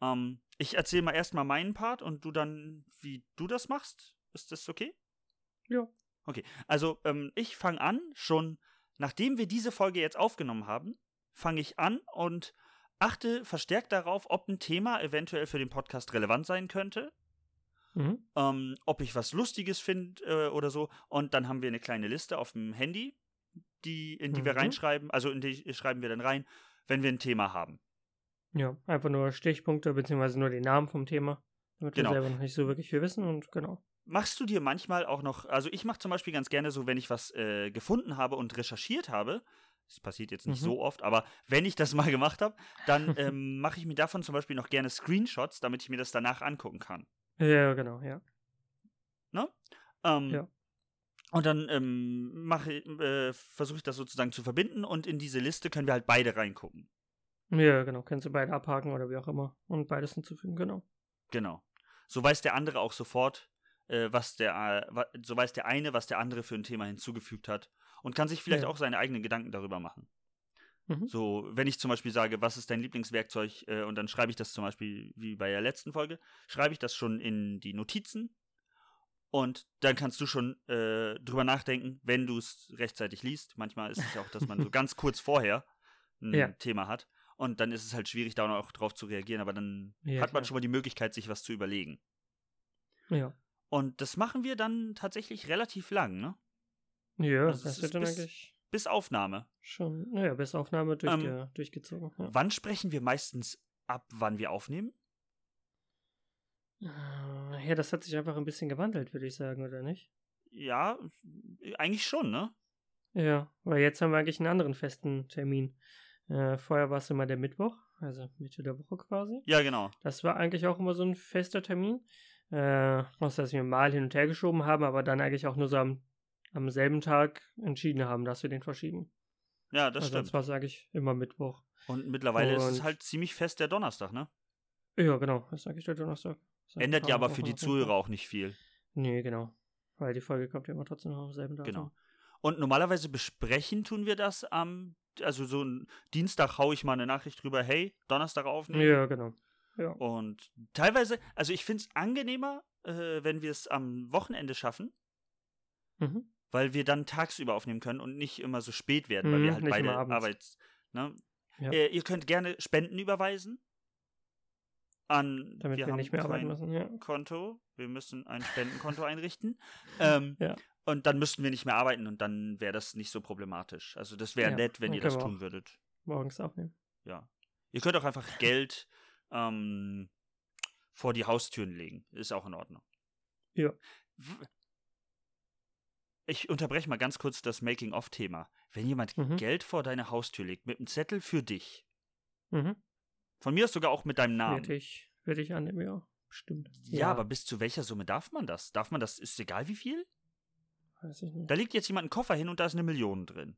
Speaker 1: Ähm, ich erzähle mal erstmal meinen Part und du dann, wie du das machst. Ist das okay?
Speaker 2: Ja.
Speaker 1: Okay, also ähm, ich fange an, schon nachdem wir diese Folge jetzt aufgenommen haben, fange ich an und achte verstärkt darauf, ob ein Thema eventuell für den Podcast relevant sein könnte
Speaker 2: Mhm.
Speaker 1: ähm, ob ich was Lustiges finde äh, oder so. Und dann haben wir eine kleine Liste auf dem Handy, die, in die wir
Speaker 2: Mhm.
Speaker 1: reinschreiben, also in die schreiben wir dann rein, wenn wir ein Thema haben.
Speaker 2: Ja, einfach nur Stichpunkte, beziehungsweise nur den Namen vom Thema, damit
Speaker 1: Genau.
Speaker 2: wir selber noch nicht so wirklich viel wissen und genau.
Speaker 1: Machst du dir manchmal auch noch, also ich mache zum Beispiel ganz gerne so, wenn ich was äh, gefunden habe und recherchiert habe, das passiert jetzt nicht
Speaker 2: Mhm.
Speaker 1: so oft, aber wenn ich das mal gemacht habe, dann ähm, mache ich mir davon zum Beispiel noch gerne Screenshots, damit ich mir das danach angucken kann.
Speaker 2: Ja, genau, ja.
Speaker 1: Ähm,
Speaker 2: Ja.
Speaker 1: Und dann ähm, mache ich- äh, versuche ich das sozusagen zu verbinden und in diese Liste können wir halt beide reingucken.
Speaker 2: Ja, genau, kannst du beide abhaken oder wie auch immer und beides hinzufügen, genau.
Speaker 1: Genau. So weiß der andere auch sofort, äh, was der, äh, wa- so weiß der eine, was der andere für ein Thema hinzugefügt hat und kann sich vielleicht
Speaker 2: Ja.
Speaker 1: auch seine eigenen Gedanken darüber machen.
Speaker 2: Mhm.
Speaker 1: So, wenn ich zum Beispiel sage, was ist dein Lieblingswerkzeug, äh, und dann schreibe ich das zum Beispiel, wie bei der letzten Folge, schreibe ich das schon in die Notizen und dann kannst du schon äh, drüber nachdenken, wenn du es rechtzeitig liest. Manchmal ist es ja auch, dass man so ganz kurz vorher ein
Speaker 2: Ja.
Speaker 1: Thema hat und dann ist es halt schwierig, da auch drauf zu reagieren, aber dann
Speaker 2: Ja,
Speaker 1: hat man
Speaker 2: klar.
Speaker 1: schon mal die Möglichkeit, sich was zu überlegen.
Speaker 2: Ja.
Speaker 1: Und das machen wir dann tatsächlich relativ lang, ne?
Speaker 2: Ja,
Speaker 1: Also es
Speaker 2: das
Speaker 1: ist
Speaker 2: wird dann
Speaker 1: bis-
Speaker 2: eigentlich
Speaker 1: Bis Aufnahme.
Speaker 2: schon, naja, bis Aufnahme durch,
Speaker 1: Ähm,
Speaker 2: der- durchgezogen. Ja.
Speaker 1: Wann sprechen wir meistens ab, wann wir aufnehmen?
Speaker 2: Äh, Ja, das hat sich einfach ein bisschen gewandelt, würde ich sagen, oder nicht?
Speaker 1: Ja, eigentlich schon, ne?
Speaker 2: Ja, weil jetzt haben wir eigentlich einen anderen festen Termin. Äh, vorher war es immer der Mittwoch, also Mitte der Woche quasi.
Speaker 1: Ja, genau.
Speaker 2: Das war eigentlich auch immer so ein fester Termin. Äh, außer dass wir mal hin und her geschoben haben, aber dann eigentlich auch nur so am, am selben Tag entschieden haben, dass wir den verschieben.
Speaker 1: Ja, das
Speaker 2: also sonst
Speaker 1: stimmt.
Speaker 2: war es eigentlich immer Mittwoch.
Speaker 1: Und mittlerweile ist es
Speaker 2: Und-
Speaker 1: halt ziemlich fest der Donnerstag, ne?
Speaker 2: Ja, genau, das ist eigentlich der Donnerstag. Seit ein
Speaker 1: Ändert
Speaker 2: paar
Speaker 1: ja aber für
Speaker 2: Wochen
Speaker 1: die
Speaker 2: auf jeden Fall.
Speaker 1: Zuhörer auch nicht viel.
Speaker 2: Nee, genau. Weil die Folge kommt ja immer trotzdem noch am selben Tag.
Speaker 1: Genau. Und normalerweise besprechen tun wir das am, also so ein Dienstag hau ich mal eine Nachricht drüber, hey, Donnerstag aufnehmen.
Speaker 2: Ja, genau.
Speaker 1: Und teilweise, also ich finde es angenehmer, äh, wenn wir es am Wochenende schaffen,
Speaker 2: Mhm.
Speaker 1: weil wir dann tagsüber aufnehmen können und nicht immer so spät werden, weil
Speaker 2: Mhm,
Speaker 1: wir halt
Speaker 2: nicht
Speaker 1: beide
Speaker 2: immer abends.
Speaker 1: Arbeits. Ne?
Speaker 2: Ja.
Speaker 1: Äh, ihr könnt gerne Spenden überweisen an
Speaker 2: Damit wir,
Speaker 1: haben
Speaker 2: nicht mehr arbeiten
Speaker 1: kein
Speaker 2: müssen, ja.
Speaker 1: Konto. Wir müssen ein Spendenkonto einrichten. Ähm,
Speaker 2: Ja.
Speaker 1: Und dann müssten wir nicht mehr arbeiten und dann wäre das nicht so problematisch. Also das wäre
Speaker 2: Ja,
Speaker 1: nett, wenn
Speaker 2: dann
Speaker 1: ihr das
Speaker 2: können wir
Speaker 1: tun würdet.
Speaker 2: Morgens aufnehmen.
Speaker 1: Ja. Ihr könnt auch einfach Geld ähm, vor die Haustüren legen. Ist auch in Ordnung.
Speaker 2: Ja.
Speaker 1: W- Ich unterbreche mal ganz kurz das Making-of-Thema. Wenn jemand
Speaker 2: Mhm.
Speaker 1: Geld vor deine Haustür legt, mit einem Zettel für dich,
Speaker 2: Mhm.
Speaker 1: von mir ist sogar auch mit deinem Namen.
Speaker 2: Würde ich, würde ich annehmen, ja. Stimmt.
Speaker 1: Ja, aber bis zu welcher Summe darf man das? Darf man das, ist egal wie viel?
Speaker 2: Weiß ich nicht.
Speaker 1: Da legt jetzt jemand einen Koffer hin und da ist eine Million drin.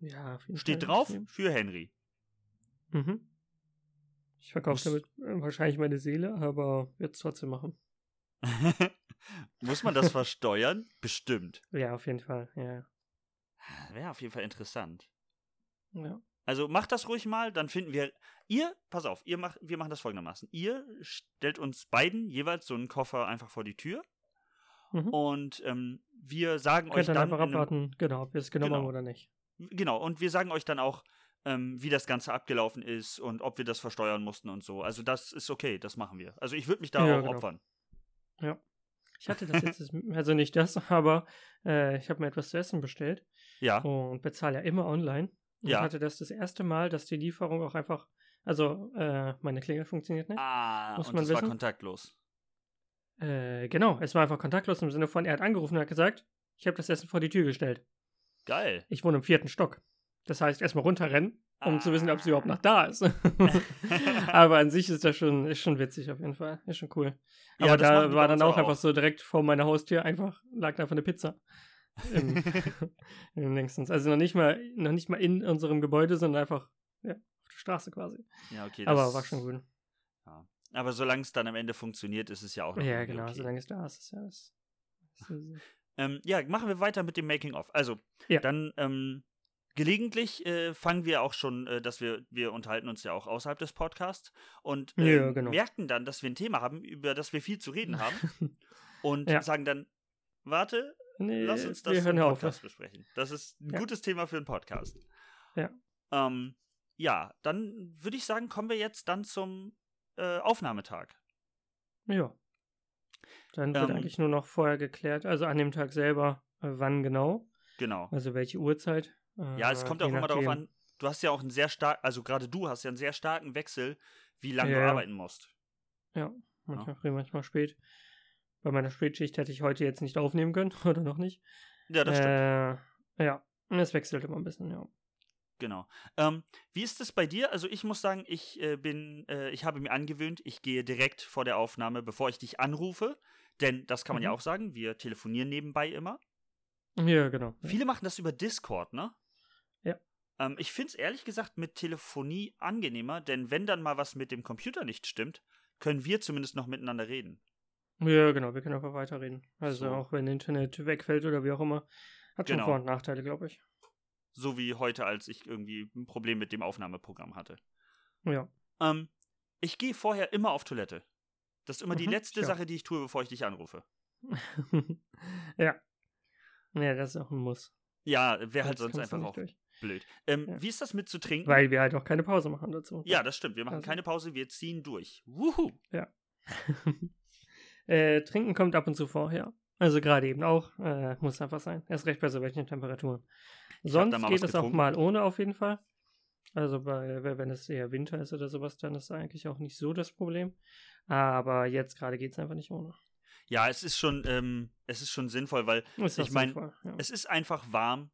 Speaker 2: Ja, auf jeden
Speaker 1: Steht
Speaker 2: Fall
Speaker 1: drauf,
Speaker 2: mitnehmen.
Speaker 1: für Henry.
Speaker 2: Mhm. Ich verkaufe
Speaker 1: Muss-
Speaker 2: damit äh, wahrscheinlich meine Seele, aber würde es trotzdem machen.
Speaker 1: Muss man das versteuern? Bestimmt.
Speaker 2: Ja, auf jeden Fall. Ja.
Speaker 1: Wäre auf jeden Fall interessant.
Speaker 2: ja.
Speaker 1: Also macht das ruhig mal, dann finden wir. Ihr, pass auf, ihr macht, wir machen das folgendermaßen. Ihr stellt uns beiden jeweils so einen Koffer einfach vor die Tür
Speaker 2: Mhm.
Speaker 1: und ähm, wir sagen euch
Speaker 2: Könnt dann
Speaker 1: dann.
Speaker 2: einfach
Speaker 1: in einem-
Speaker 2: abwarten, genau, ob wir es genommen
Speaker 1: Genau.
Speaker 2: haben oder nicht.
Speaker 1: Genau, und wir sagen euch dann auch, ähm, wie das Ganze abgelaufen ist und ob wir das versteuern mussten und so. Also das ist okay, das machen wir. Also ich würde mich da
Speaker 2: Ja,
Speaker 1: auch
Speaker 2: genau.
Speaker 1: opfern.
Speaker 2: Ich hatte das jetzt, also nicht das, aber äh, ich habe mir etwas zu essen bestellt
Speaker 1: Ja.
Speaker 2: und bezahle ja immer online. Und
Speaker 1: Ja.
Speaker 2: hatte das das erste Mal, dass die Lieferung auch einfach, also äh, meine Klingel funktioniert nicht.
Speaker 1: Ah,
Speaker 2: Muss
Speaker 1: und
Speaker 2: man
Speaker 1: das war
Speaker 2: wissen?
Speaker 1: kontaktlos.
Speaker 2: Äh, genau, es war einfach kontaktlos im Sinne von, er hat angerufen und hat gesagt, ich habe das Essen vor die Tür gestellt.
Speaker 1: Geil.
Speaker 2: Ich wohne im vierten Stock. Das heißt, erstmal runterrennen, um zu wissen, ob sie überhaupt noch da ist. Aber an sich ist das schon, ist schon witzig auf jeden Fall. Ist schon cool.
Speaker 1: Ja,
Speaker 2: Aber
Speaker 1: das machen
Speaker 2: da
Speaker 1: die
Speaker 2: war
Speaker 1: bei uns
Speaker 2: dann auch
Speaker 1: aber auch.
Speaker 2: einfach so direkt vor meiner Haustür einfach, lag da einfach eine Pizza. Im, im längstens. Also noch nicht mal, noch nicht mal in unserem Gebäude, sondern einfach ja, auf der Straße quasi.
Speaker 1: Ja, okay.
Speaker 2: Aber
Speaker 1: das-
Speaker 2: war schon gut.
Speaker 1: Aber solange es dann am Ende funktioniert, ist es ja auch noch
Speaker 2: Ja,
Speaker 1: irgendwie
Speaker 2: genau,
Speaker 1: okay.
Speaker 2: solange es da ist, ist ja das. ist ja so.
Speaker 1: Ähm, ja, machen wir weiter mit dem Making of. Also,
Speaker 2: Ja.
Speaker 1: dann ähm, gelegentlich äh, fangen wir auch schon, äh, dass wir, wir unterhalten uns ja auch außerhalb des Podcasts und ähm,
Speaker 2: Ja, genau.
Speaker 1: merken dann, dass wir ein Thema haben, über das wir viel zu reden haben und
Speaker 2: Ja.
Speaker 1: sagen dann, warte,
Speaker 2: Nee,
Speaker 1: lass uns das
Speaker 2: Äh, wir hören
Speaker 1: im
Speaker 2: auf.
Speaker 1: Podcast besprechen. Das ist ein
Speaker 2: Ja.
Speaker 1: gutes Thema für einen Podcast.
Speaker 2: Ja.
Speaker 1: Ähm, ja, dann würde ich sagen, kommen wir jetzt dann zum äh, Aufnahmetag.
Speaker 2: Ja. Dann wird
Speaker 1: Ähm,
Speaker 2: eigentlich nur noch vorher geklärt, also an dem Tag selber, äh, wann genau,
Speaker 1: Genau.
Speaker 2: also welche Uhrzeit. äh,
Speaker 1: Ja, es kommt
Speaker 2: je
Speaker 1: auch immer darauf
Speaker 2: nachdem.
Speaker 1: an, ne? Du hast ja auch einen sehr stark, also gerade du hast ja einen sehr starken Wechsel, wie lange
Speaker 2: Ja,
Speaker 1: du
Speaker 2: ja.
Speaker 1: arbeiten musst.
Speaker 2: Ja, manchmal früh, manchmal spät. Bei meiner Spätschicht hätte ich heute jetzt nicht aufnehmen können oder noch nicht.
Speaker 1: Ja, das stimmt.
Speaker 2: Äh, ja, es wechselt immer ein bisschen, ja.
Speaker 1: Genau. Ähm, wie ist es bei dir? Also ich muss sagen, ich äh, bin, äh, ich habe mir angewöhnt, ich gehe direkt vor der Aufnahme, bevor ich dich anrufe, denn das kann man ja
Speaker 2: Mhm.
Speaker 1: auch sagen, wir telefonieren nebenbei immer.
Speaker 2: Ja, genau.
Speaker 1: Viele machen das über Discord, ne?
Speaker 2: Ja.
Speaker 1: Ähm, ich finde es ehrlich gesagt mit Telefonie angenehmer, denn wenn dann mal was mit dem Computer nicht stimmt, können wir zumindest noch miteinander reden.
Speaker 2: Ja, genau, wir können einfach weiterreden. Also
Speaker 1: So.
Speaker 2: auch wenn Internet wegfällt oder wie auch immer. Hat schon
Speaker 1: Genau.
Speaker 2: Vor- und Nachteile, glaube ich.
Speaker 1: So wie heute, als ich irgendwie ein Problem mit dem Aufnahmeprogramm hatte.
Speaker 2: Ja.
Speaker 1: Ähm, ich gehe vorher immer auf Toilette. Das ist immer die
Speaker 2: Mhm,
Speaker 1: letzte
Speaker 2: ja.
Speaker 1: Sache, die ich tue, bevor ich dich anrufe.
Speaker 2: ja. Ja, das ist auch ein Muss.
Speaker 1: Ja, wäre halt
Speaker 2: Sonst
Speaker 1: sonst
Speaker 2: kommst du
Speaker 1: einfach
Speaker 2: nicht
Speaker 1: auch
Speaker 2: durch.
Speaker 1: blöd. Ähm,
Speaker 2: Ja.
Speaker 1: Wie ist das mit zu trinken?
Speaker 2: Weil wir halt auch keine Pause machen dazu.
Speaker 1: ja, das stimmt. Wir machen
Speaker 2: Also-
Speaker 1: keine Pause, wir ziehen durch. Wuhu!
Speaker 2: äh, Trinken kommt ab und zu vor, ja. Also gerade eben auch. Äh, muss einfach sein. Erst recht bei so welchen Temperaturen.
Speaker 1: hab da
Speaker 2: Sonst
Speaker 1: mal
Speaker 2: geht
Speaker 1: was
Speaker 2: es auch
Speaker 1: getrunken.
Speaker 2: mal ohne auf jeden Fall. Also bei, wenn es eher Winter ist oder sowas, dann ist eigentlich auch nicht so das Problem. Aber jetzt gerade geht es einfach nicht ohne.
Speaker 1: Ja, es ist schon, ähm, es ist schon sinnvoll, weil
Speaker 2: Ist
Speaker 1: Ich
Speaker 2: auch
Speaker 1: mein,
Speaker 2: sinnvoll, ja.
Speaker 1: es ist einfach warm.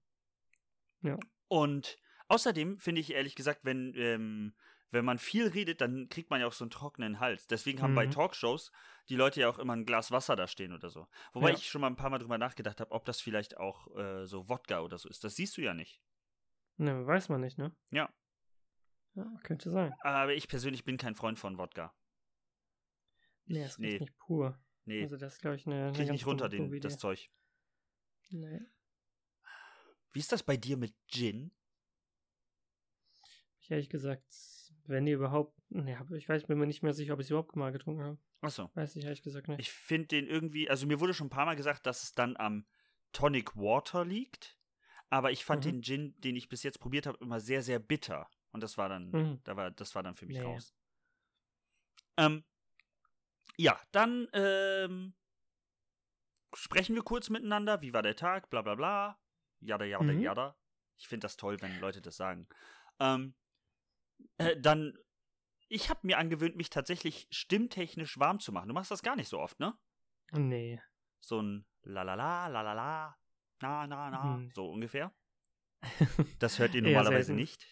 Speaker 2: Ja.
Speaker 1: Und außerdem finde ich ehrlich gesagt, wenn, ähm, wenn man viel redet, dann kriegt man ja auch so einen trockenen Hals. Deswegen haben bei
Speaker 2: Mhm.
Speaker 1: Talkshows die Leute ja auch immer ein Glas Wasser da stehen oder so. Wobei
Speaker 2: Ja.
Speaker 1: ich schon mal ein paar Mal drüber nachgedacht habe, ob das vielleicht auch äh, so Wodka oder so ist. Das siehst du ja nicht.
Speaker 2: Ne, weiß man nicht, ne?
Speaker 1: Ja.
Speaker 2: Ja, könnte sein.
Speaker 1: Aber ich persönlich bin kein Freund von Wodka.
Speaker 2: Nee, es
Speaker 1: nee.
Speaker 2: riecht nicht pur.
Speaker 1: Nee,
Speaker 2: Also das ist, glaube ich, eine, eine
Speaker 1: krieg ich
Speaker 2: ganz
Speaker 1: nicht runter,
Speaker 2: dumme
Speaker 1: den, das
Speaker 2: Idee.
Speaker 1: Zeug.
Speaker 2: Nee. Hab
Speaker 1: Wie ist das bei dir mit Gin?
Speaker 2: Ich ehrlich gesagt, wenn ihr überhaupt... Nee, hab, ich weiß, bin mir nicht mehr sicher, ob ich es überhaupt mal getrunken habe.
Speaker 1: Achso.
Speaker 2: Weiß ich ehrlich gesagt nicht.
Speaker 1: Ich finde den irgendwie, also mir wurde schon ein paar Mal gesagt, dass es dann am Tonic Water liegt. Aber ich fand
Speaker 2: Mhm.
Speaker 1: den Gin, den ich bis jetzt probiert habe, immer sehr, sehr bitter. Und das war dann,
Speaker 2: Mhm.
Speaker 1: da war, das war dann für mich
Speaker 2: Nee.
Speaker 1: raus. Ähm, ja, dann ähm, sprechen wir kurz miteinander. Wie war der Tag? Bla bla bla. Jada, jada,
Speaker 2: Mhm.
Speaker 1: jada. Ich finde das toll, wenn Leute das sagen. Ähm, äh, dann, ich habe mir angewöhnt, mich tatsächlich stimmtechnisch warm zu machen. Du machst das gar nicht so oft, ne?
Speaker 2: Nee.
Speaker 1: so ein la la la la la la na na na
Speaker 2: Mhm.
Speaker 1: so ungefähr. Das hört ihr
Speaker 2: Eher
Speaker 1: normalerweise
Speaker 2: selten.
Speaker 1: nicht.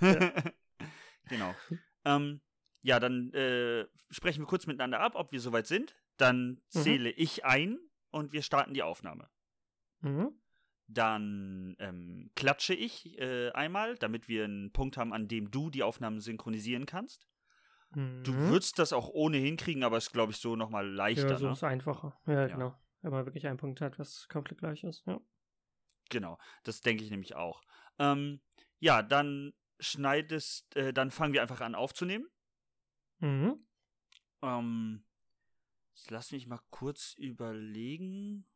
Speaker 2: Ja.
Speaker 1: genau. Ähm, ja, dann äh, sprechen wir kurz miteinander ab, ob wir soweit sind. Dann
Speaker 2: Mhm.
Speaker 1: zähle ich ein und wir starten die Aufnahme.
Speaker 2: Mhm.
Speaker 1: Dann ähm, klatsche ich äh, einmal, damit wir einen Punkt haben, an dem du die Aufnahmen synchronisieren kannst. Du
Speaker 2: Mhm.
Speaker 1: würdest das auch ohne hinkriegen, aber es glaube ich so noch mal leichter.
Speaker 2: Ja, so
Speaker 1: ne?
Speaker 2: ist einfacher.
Speaker 1: Ja.
Speaker 2: Ja, genau. Wenn man wirklich einen Punkt hat, was komplett gleich ist. Ja.
Speaker 1: Genau, das denke ich nämlich auch. Ähm, ja, dann schneidest, äh, dann fangen wir einfach an aufzunehmen.
Speaker 2: Mhm.
Speaker 1: Ähm, jetzt lass mich mal kurz überlegen.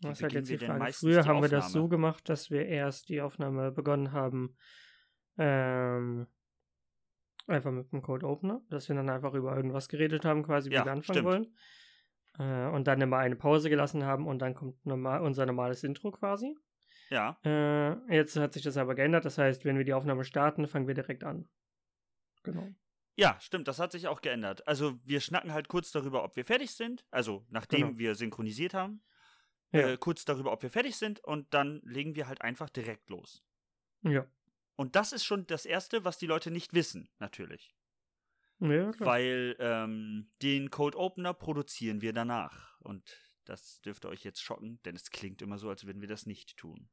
Speaker 1: Wie
Speaker 2: Das ist halt
Speaker 1: beginnen
Speaker 2: jetzt
Speaker 1: wir
Speaker 2: die
Speaker 1: denn
Speaker 2: Frage.
Speaker 1: meistens
Speaker 2: Früher
Speaker 1: die
Speaker 2: haben wir das
Speaker 1: Aufnahme?
Speaker 2: so gemacht, dass wir erst die Aufnahme begonnen haben, ähm, einfach mit einem Cold Opener, dass wir dann einfach über irgendwas geredet haben, quasi, wie
Speaker 1: Ja,
Speaker 2: wir anfangen
Speaker 1: stimmt.
Speaker 2: wollen. Äh, und dann immer eine Pause gelassen haben und dann kommt normal, unser normales Intro quasi.
Speaker 1: Ja,
Speaker 2: Äh, jetzt hat sich das aber geändert, das heißt, wenn wir die Aufnahme starten, fangen wir direkt an. Genau.
Speaker 1: ja, stimmt, das hat sich auch geändert. Also wir schnacken halt kurz darüber, ob wir fertig sind. Also nachdem
Speaker 2: Genau.
Speaker 1: wir synchronisiert haben,
Speaker 2: Ja.
Speaker 1: äh, kurz darüber, ob wir fertig sind und dann legen wir halt einfach direkt los.
Speaker 2: Ja.
Speaker 1: Und das ist schon das Erste, was die Leute nicht wissen, natürlich.
Speaker 2: ja klar.
Speaker 1: Weil ähm, den Code Opener produzieren wir danach. Und das dürfte euch jetzt schocken, denn es klingt immer so, als würden wir das nicht tun.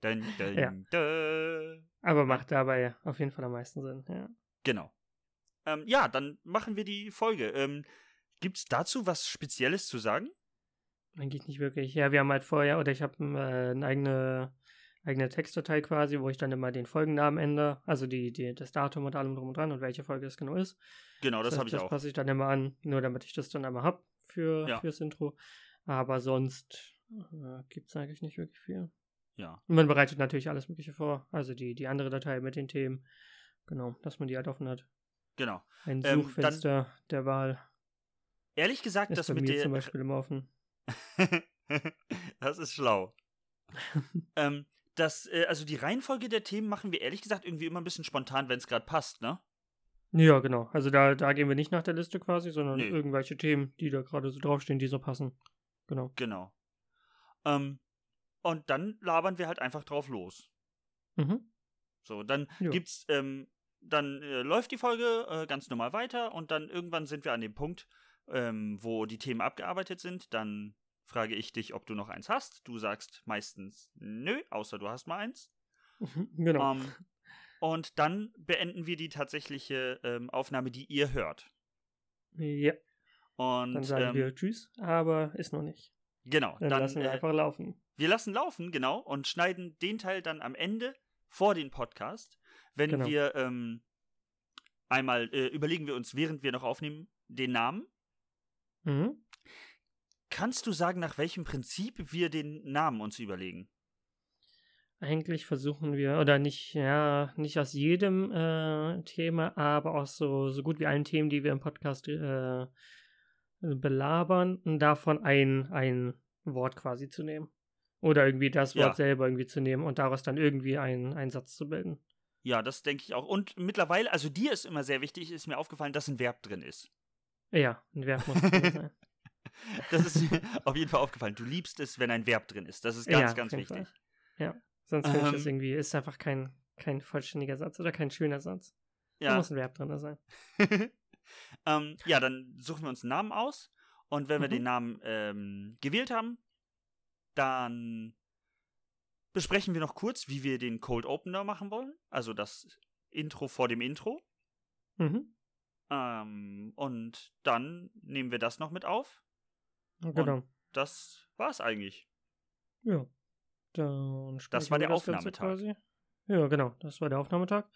Speaker 1: dun, dun,
Speaker 2: Ja.
Speaker 1: dun.
Speaker 2: Aber macht dabei auf jeden Fall am meisten Sinn. Ja.
Speaker 1: Genau. Ähm, ja, dann machen wir die Folge. Ähm, Gibt es dazu was Spezielles zu sagen?
Speaker 2: Eigentlich nicht wirklich. Ja, wir haben halt vorher, oder ich habe äh, eine eigene, eigene Textdatei quasi, wo ich dann immer den Folgennamen ändere, also die, die, das Datum und allem drum und dran und welche Folge es genau ist.
Speaker 1: Genau, das,
Speaker 2: heißt,
Speaker 1: habe ich
Speaker 2: das
Speaker 1: auch.
Speaker 2: passe ich dann immer an, nur damit ich das dann einmal habe für,
Speaker 1: Ja.
Speaker 2: fürs Intro. Aber sonst äh, gibt es eigentlich nicht wirklich viel.
Speaker 1: Ja.
Speaker 2: Und man bereitet natürlich alles Mögliche vor, also die, die andere Datei mit den Themen. Genau, dass man die halt offen hat.
Speaker 1: Genau.
Speaker 2: Ein
Speaker 1: Ähm, dann-
Speaker 2: Suchfenster der Wahl
Speaker 1: Ehrlich gesagt,
Speaker 2: ist
Speaker 1: das
Speaker 2: bei
Speaker 1: mit
Speaker 2: mir
Speaker 1: der
Speaker 2: zum Beispiel immer offen.
Speaker 1: das ist schlau. ähm, das, äh, also die Reihenfolge der Themen machen wir ehrlich gesagt irgendwie immer ein bisschen spontan, wenn es gerade passt, ne?
Speaker 2: Ja, genau. Also da, da gehen wir nicht nach der Liste quasi, sondern
Speaker 1: Nee.
Speaker 2: irgendwelche Themen, die da gerade so draufstehen, die so passen. Genau.
Speaker 1: Genau. Ähm, und dann labern wir halt einfach drauf los.
Speaker 2: Mhm.
Speaker 1: So, dann
Speaker 2: Ja.
Speaker 1: gibt's, ähm, dann äh, läuft die Folge äh, ganz normal weiter und dann irgendwann sind wir an dem Punkt, ähm, wo die Themen abgearbeitet sind. Dann frage ich dich, ob du noch eins hast. Du sagst meistens nö, außer du hast mal eins.
Speaker 2: Genau.
Speaker 1: Ähm, und dann beenden wir die tatsächliche ähm, Aufnahme, die ihr hört.
Speaker 2: ja,
Speaker 1: Und
Speaker 2: dann sagen
Speaker 1: ähm,
Speaker 2: wir Tschüss, aber ist noch nicht.
Speaker 1: genau,
Speaker 2: Dann,
Speaker 1: dann,
Speaker 2: lassen wir
Speaker 1: äh,
Speaker 2: einfach laufen.
Speaker 1: Wir lassen laufen, genau, und schneiden den Teil dann am Ende vor den Podcast. Wenn
Speaker 2: Genau.
Speaker 1: wir ähm, einmal äh, überlegen wir uns, während wir noch aufnehmen, den Namen.
Speaker 2: Mhm.
Speaker 1: Kannst du sagen, nach welchem Prinzip wir den Namen uns überlegen?
Speaker 2: Eigentlich versuchen wir, oder nicht, ja, nicht aus jedem äh, Thema, aber aus so, so gut wie allen Themen, die wir im Podcast äh, belabern, davon ein, ein Wort quasi zu nehmen. Oder irgendwie das
Speaker 1: Ja.
Speaker 2: Wort selber irgendwie zu nehmen und daraus dann irgendwie einen, einen Satz zu bilden.
Speaker 1: Ja, das denke ich auch. Und mittlerweile, also dir ist immer sehr wichtig, ist mir aufgefallen, dass ein Verb drin ist.
Speaker 2: Ja, ein Verb muss drin sein.
Speaker 1: Das ist mir auf jeden Fall aufgefallen. Du liebst es, wenn ein Verb drin ist. Das ist ganz,
Speaker 2: Ja,
Speaker 1: ganz
Speaker 2: auf jeden
Speaker 1: wichtig.
Speaker 2: Fall. Ja, sonst finde ich das
Speaker 1: Ähm.
Speaker 2: irgendwie, ist einfach kein, kein vollständiger Satz oder kein schöner Satz. Da
Speaker 1: Ja.
Speaker 2: muss ein Verb drin sein.
Speaker 1: ähm, ja, dann suchen wir uns einen Namen aus. Und wenn wir
Speaker 2: Mhm.
Speaker 1: den Namen ähm, gewählt haben, dann besprechen wir noch kurz, wie wir den Cold Opener machen wollen. Also das Intro vor dem Intro.
Speaker 2: Mhm.
Speaker 1: Ähm, und dann nehmen wir das noch mit auf.
Speaker 2: Genau.
Speaker 1: Das war's eigentlich.
Speaker 2: Ja. Dann
Speaker 1: Das war
Speaker 2: speichern wir
Speaker 1: der
Speaker 2: Ganze
Speaker 1: Aufnahmetag.
Speaker 2: quasi. Ja, genau. Das war der Aufnahmetag.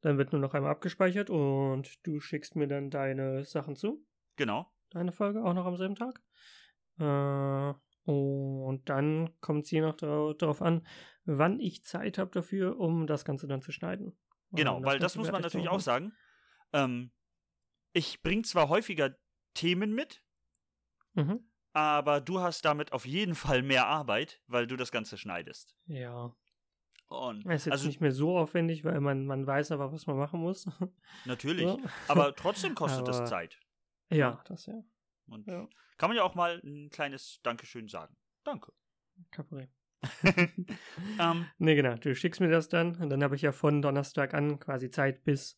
Speaker 2: Dann wird nur noch einmal abgespeichert und du schickst mir dann deine Sachen zu.
Speaker 1: Genau.
Speaker 2: Deine Folge auch noch am selben Tag. Äh, und dann kommt es je noch drau- drauf an, wann ich Zeit habe dafür, um das Ganze dann zu schneiden. Und
Speaker 1: Genau,
Speaker 2: um
Speaker 1: weil das
Speaker 2: Ganze
Speaker 1: muss man
Speaker 2: fertig zu
Speaker 1: natürlich auch
Speaker 2: machen.
Speaker 1: sagen. Ähm, ich bringe zwar häufiger Themen mit,
Speaker 2: Mhm.
Speaker 1: aber du hast damit auf jeden Fall mehr Arbeit, weil du das Ganze schneidest.
Speaker 2: Ja,
Speaker 1: Und
Speaker 2: ist jetzt
Speaker 1: also
Speaker 2: nicht mehr so aufwendig, weil man, man weiß aber, was man machen muss.
Speaker 1: natürlich,
Speaker 2: So.
Speaker 1: aber trotzdem kostet
Speaker 2: Aber-
Speaker 1: das Zeit.
Speaker 2: ja, das ja.
Speaker 1: Und
Speaker 2: Ja.
Speaker 1: kann man ja auch mal ein kleines Dankeschön sagen. Danke.
Speaker 2: Kein Problem.
Speaker 1: Ähm,
Speaker 2: Ne, genau. Du schickst mir das dann und dann habe ich ja von Donnerstag an quasi Zeit bis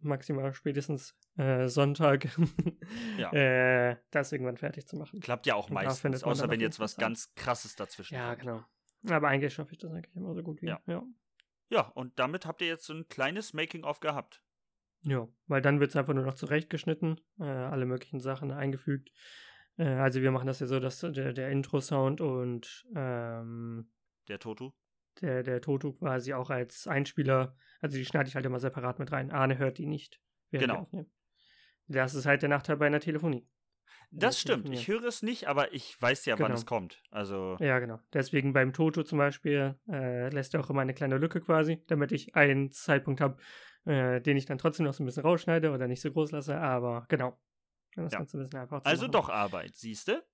Speaker 2: maximal spätestens äh, Sonntag,
Speaker 1: Ja.
Speaker 2: äh, das irgendwann fertig zu machen.
Speaker 1: klappt ja auch
Speaker 2: Und da
Speaker 1: meistens,
Speaker 2: findet man
Speaker 1: außer
Speaker 2: dann
Speaker 1: wenn
Speaker 2: auf jeden
Speaker 1: jetzt was
Speaker 2: Fall Zeit.
Speaker 1: ganz Krasses dazwischen
Speaker 2: Ja,
Speaker 1: kommt.
Speaker 2: genau. Aber eigentlich schaffe ich das eigentlich immer so gut wie.
Speaker 1: Ja.
Speaker 2: ja.
Speaker 1: Ja, und damit habt ihr jetzt so ein kleines Making-of gehabt.
Speaker 2: Ja, weil dann wird es einfach nur noch zurechtgeschnitten, äh, alle möglichen Sachen eingefügt. Äh, also wir machen das ja so, dass der, der Intro-Sound und ähm,
Speaker 1: Der Toto.
Speaker 2: der, der Toto quasi auch als Einspieler, also die schneide ich halt immer separat mit rein. Arne hört die nicht, während
Speaker 1: Genau.
Speaker 2: wir aufnehmen. Das ist halt der Nachteil bei einer Telefonie.
Speaker 1: Das
Speaker 2: Ja,
Speaker 1: stimmt. Ich höre es nicht, aber ich weiß ja, wann
Speaker 2: Genau.
Speaker 1: es kommt. Also,
Speaker 2: Ja, genau. Deswegen beim Toto zum Beispiel äh, lässt er auch immer eine kleine Lücke quasi, damit ich einen Zeitpunkt habe, äh, den ich dann trotzdem noch so ein bisschen rausschneide oder nicht so groß lasse, aber genau. Um Das
Speaker 1: Ja.
Speaker 2: Ganze ein bisschen einfach zu
Speaker 1: also
Speaker 2: machen.
Speaker 1: doch Arbeit, siehst du?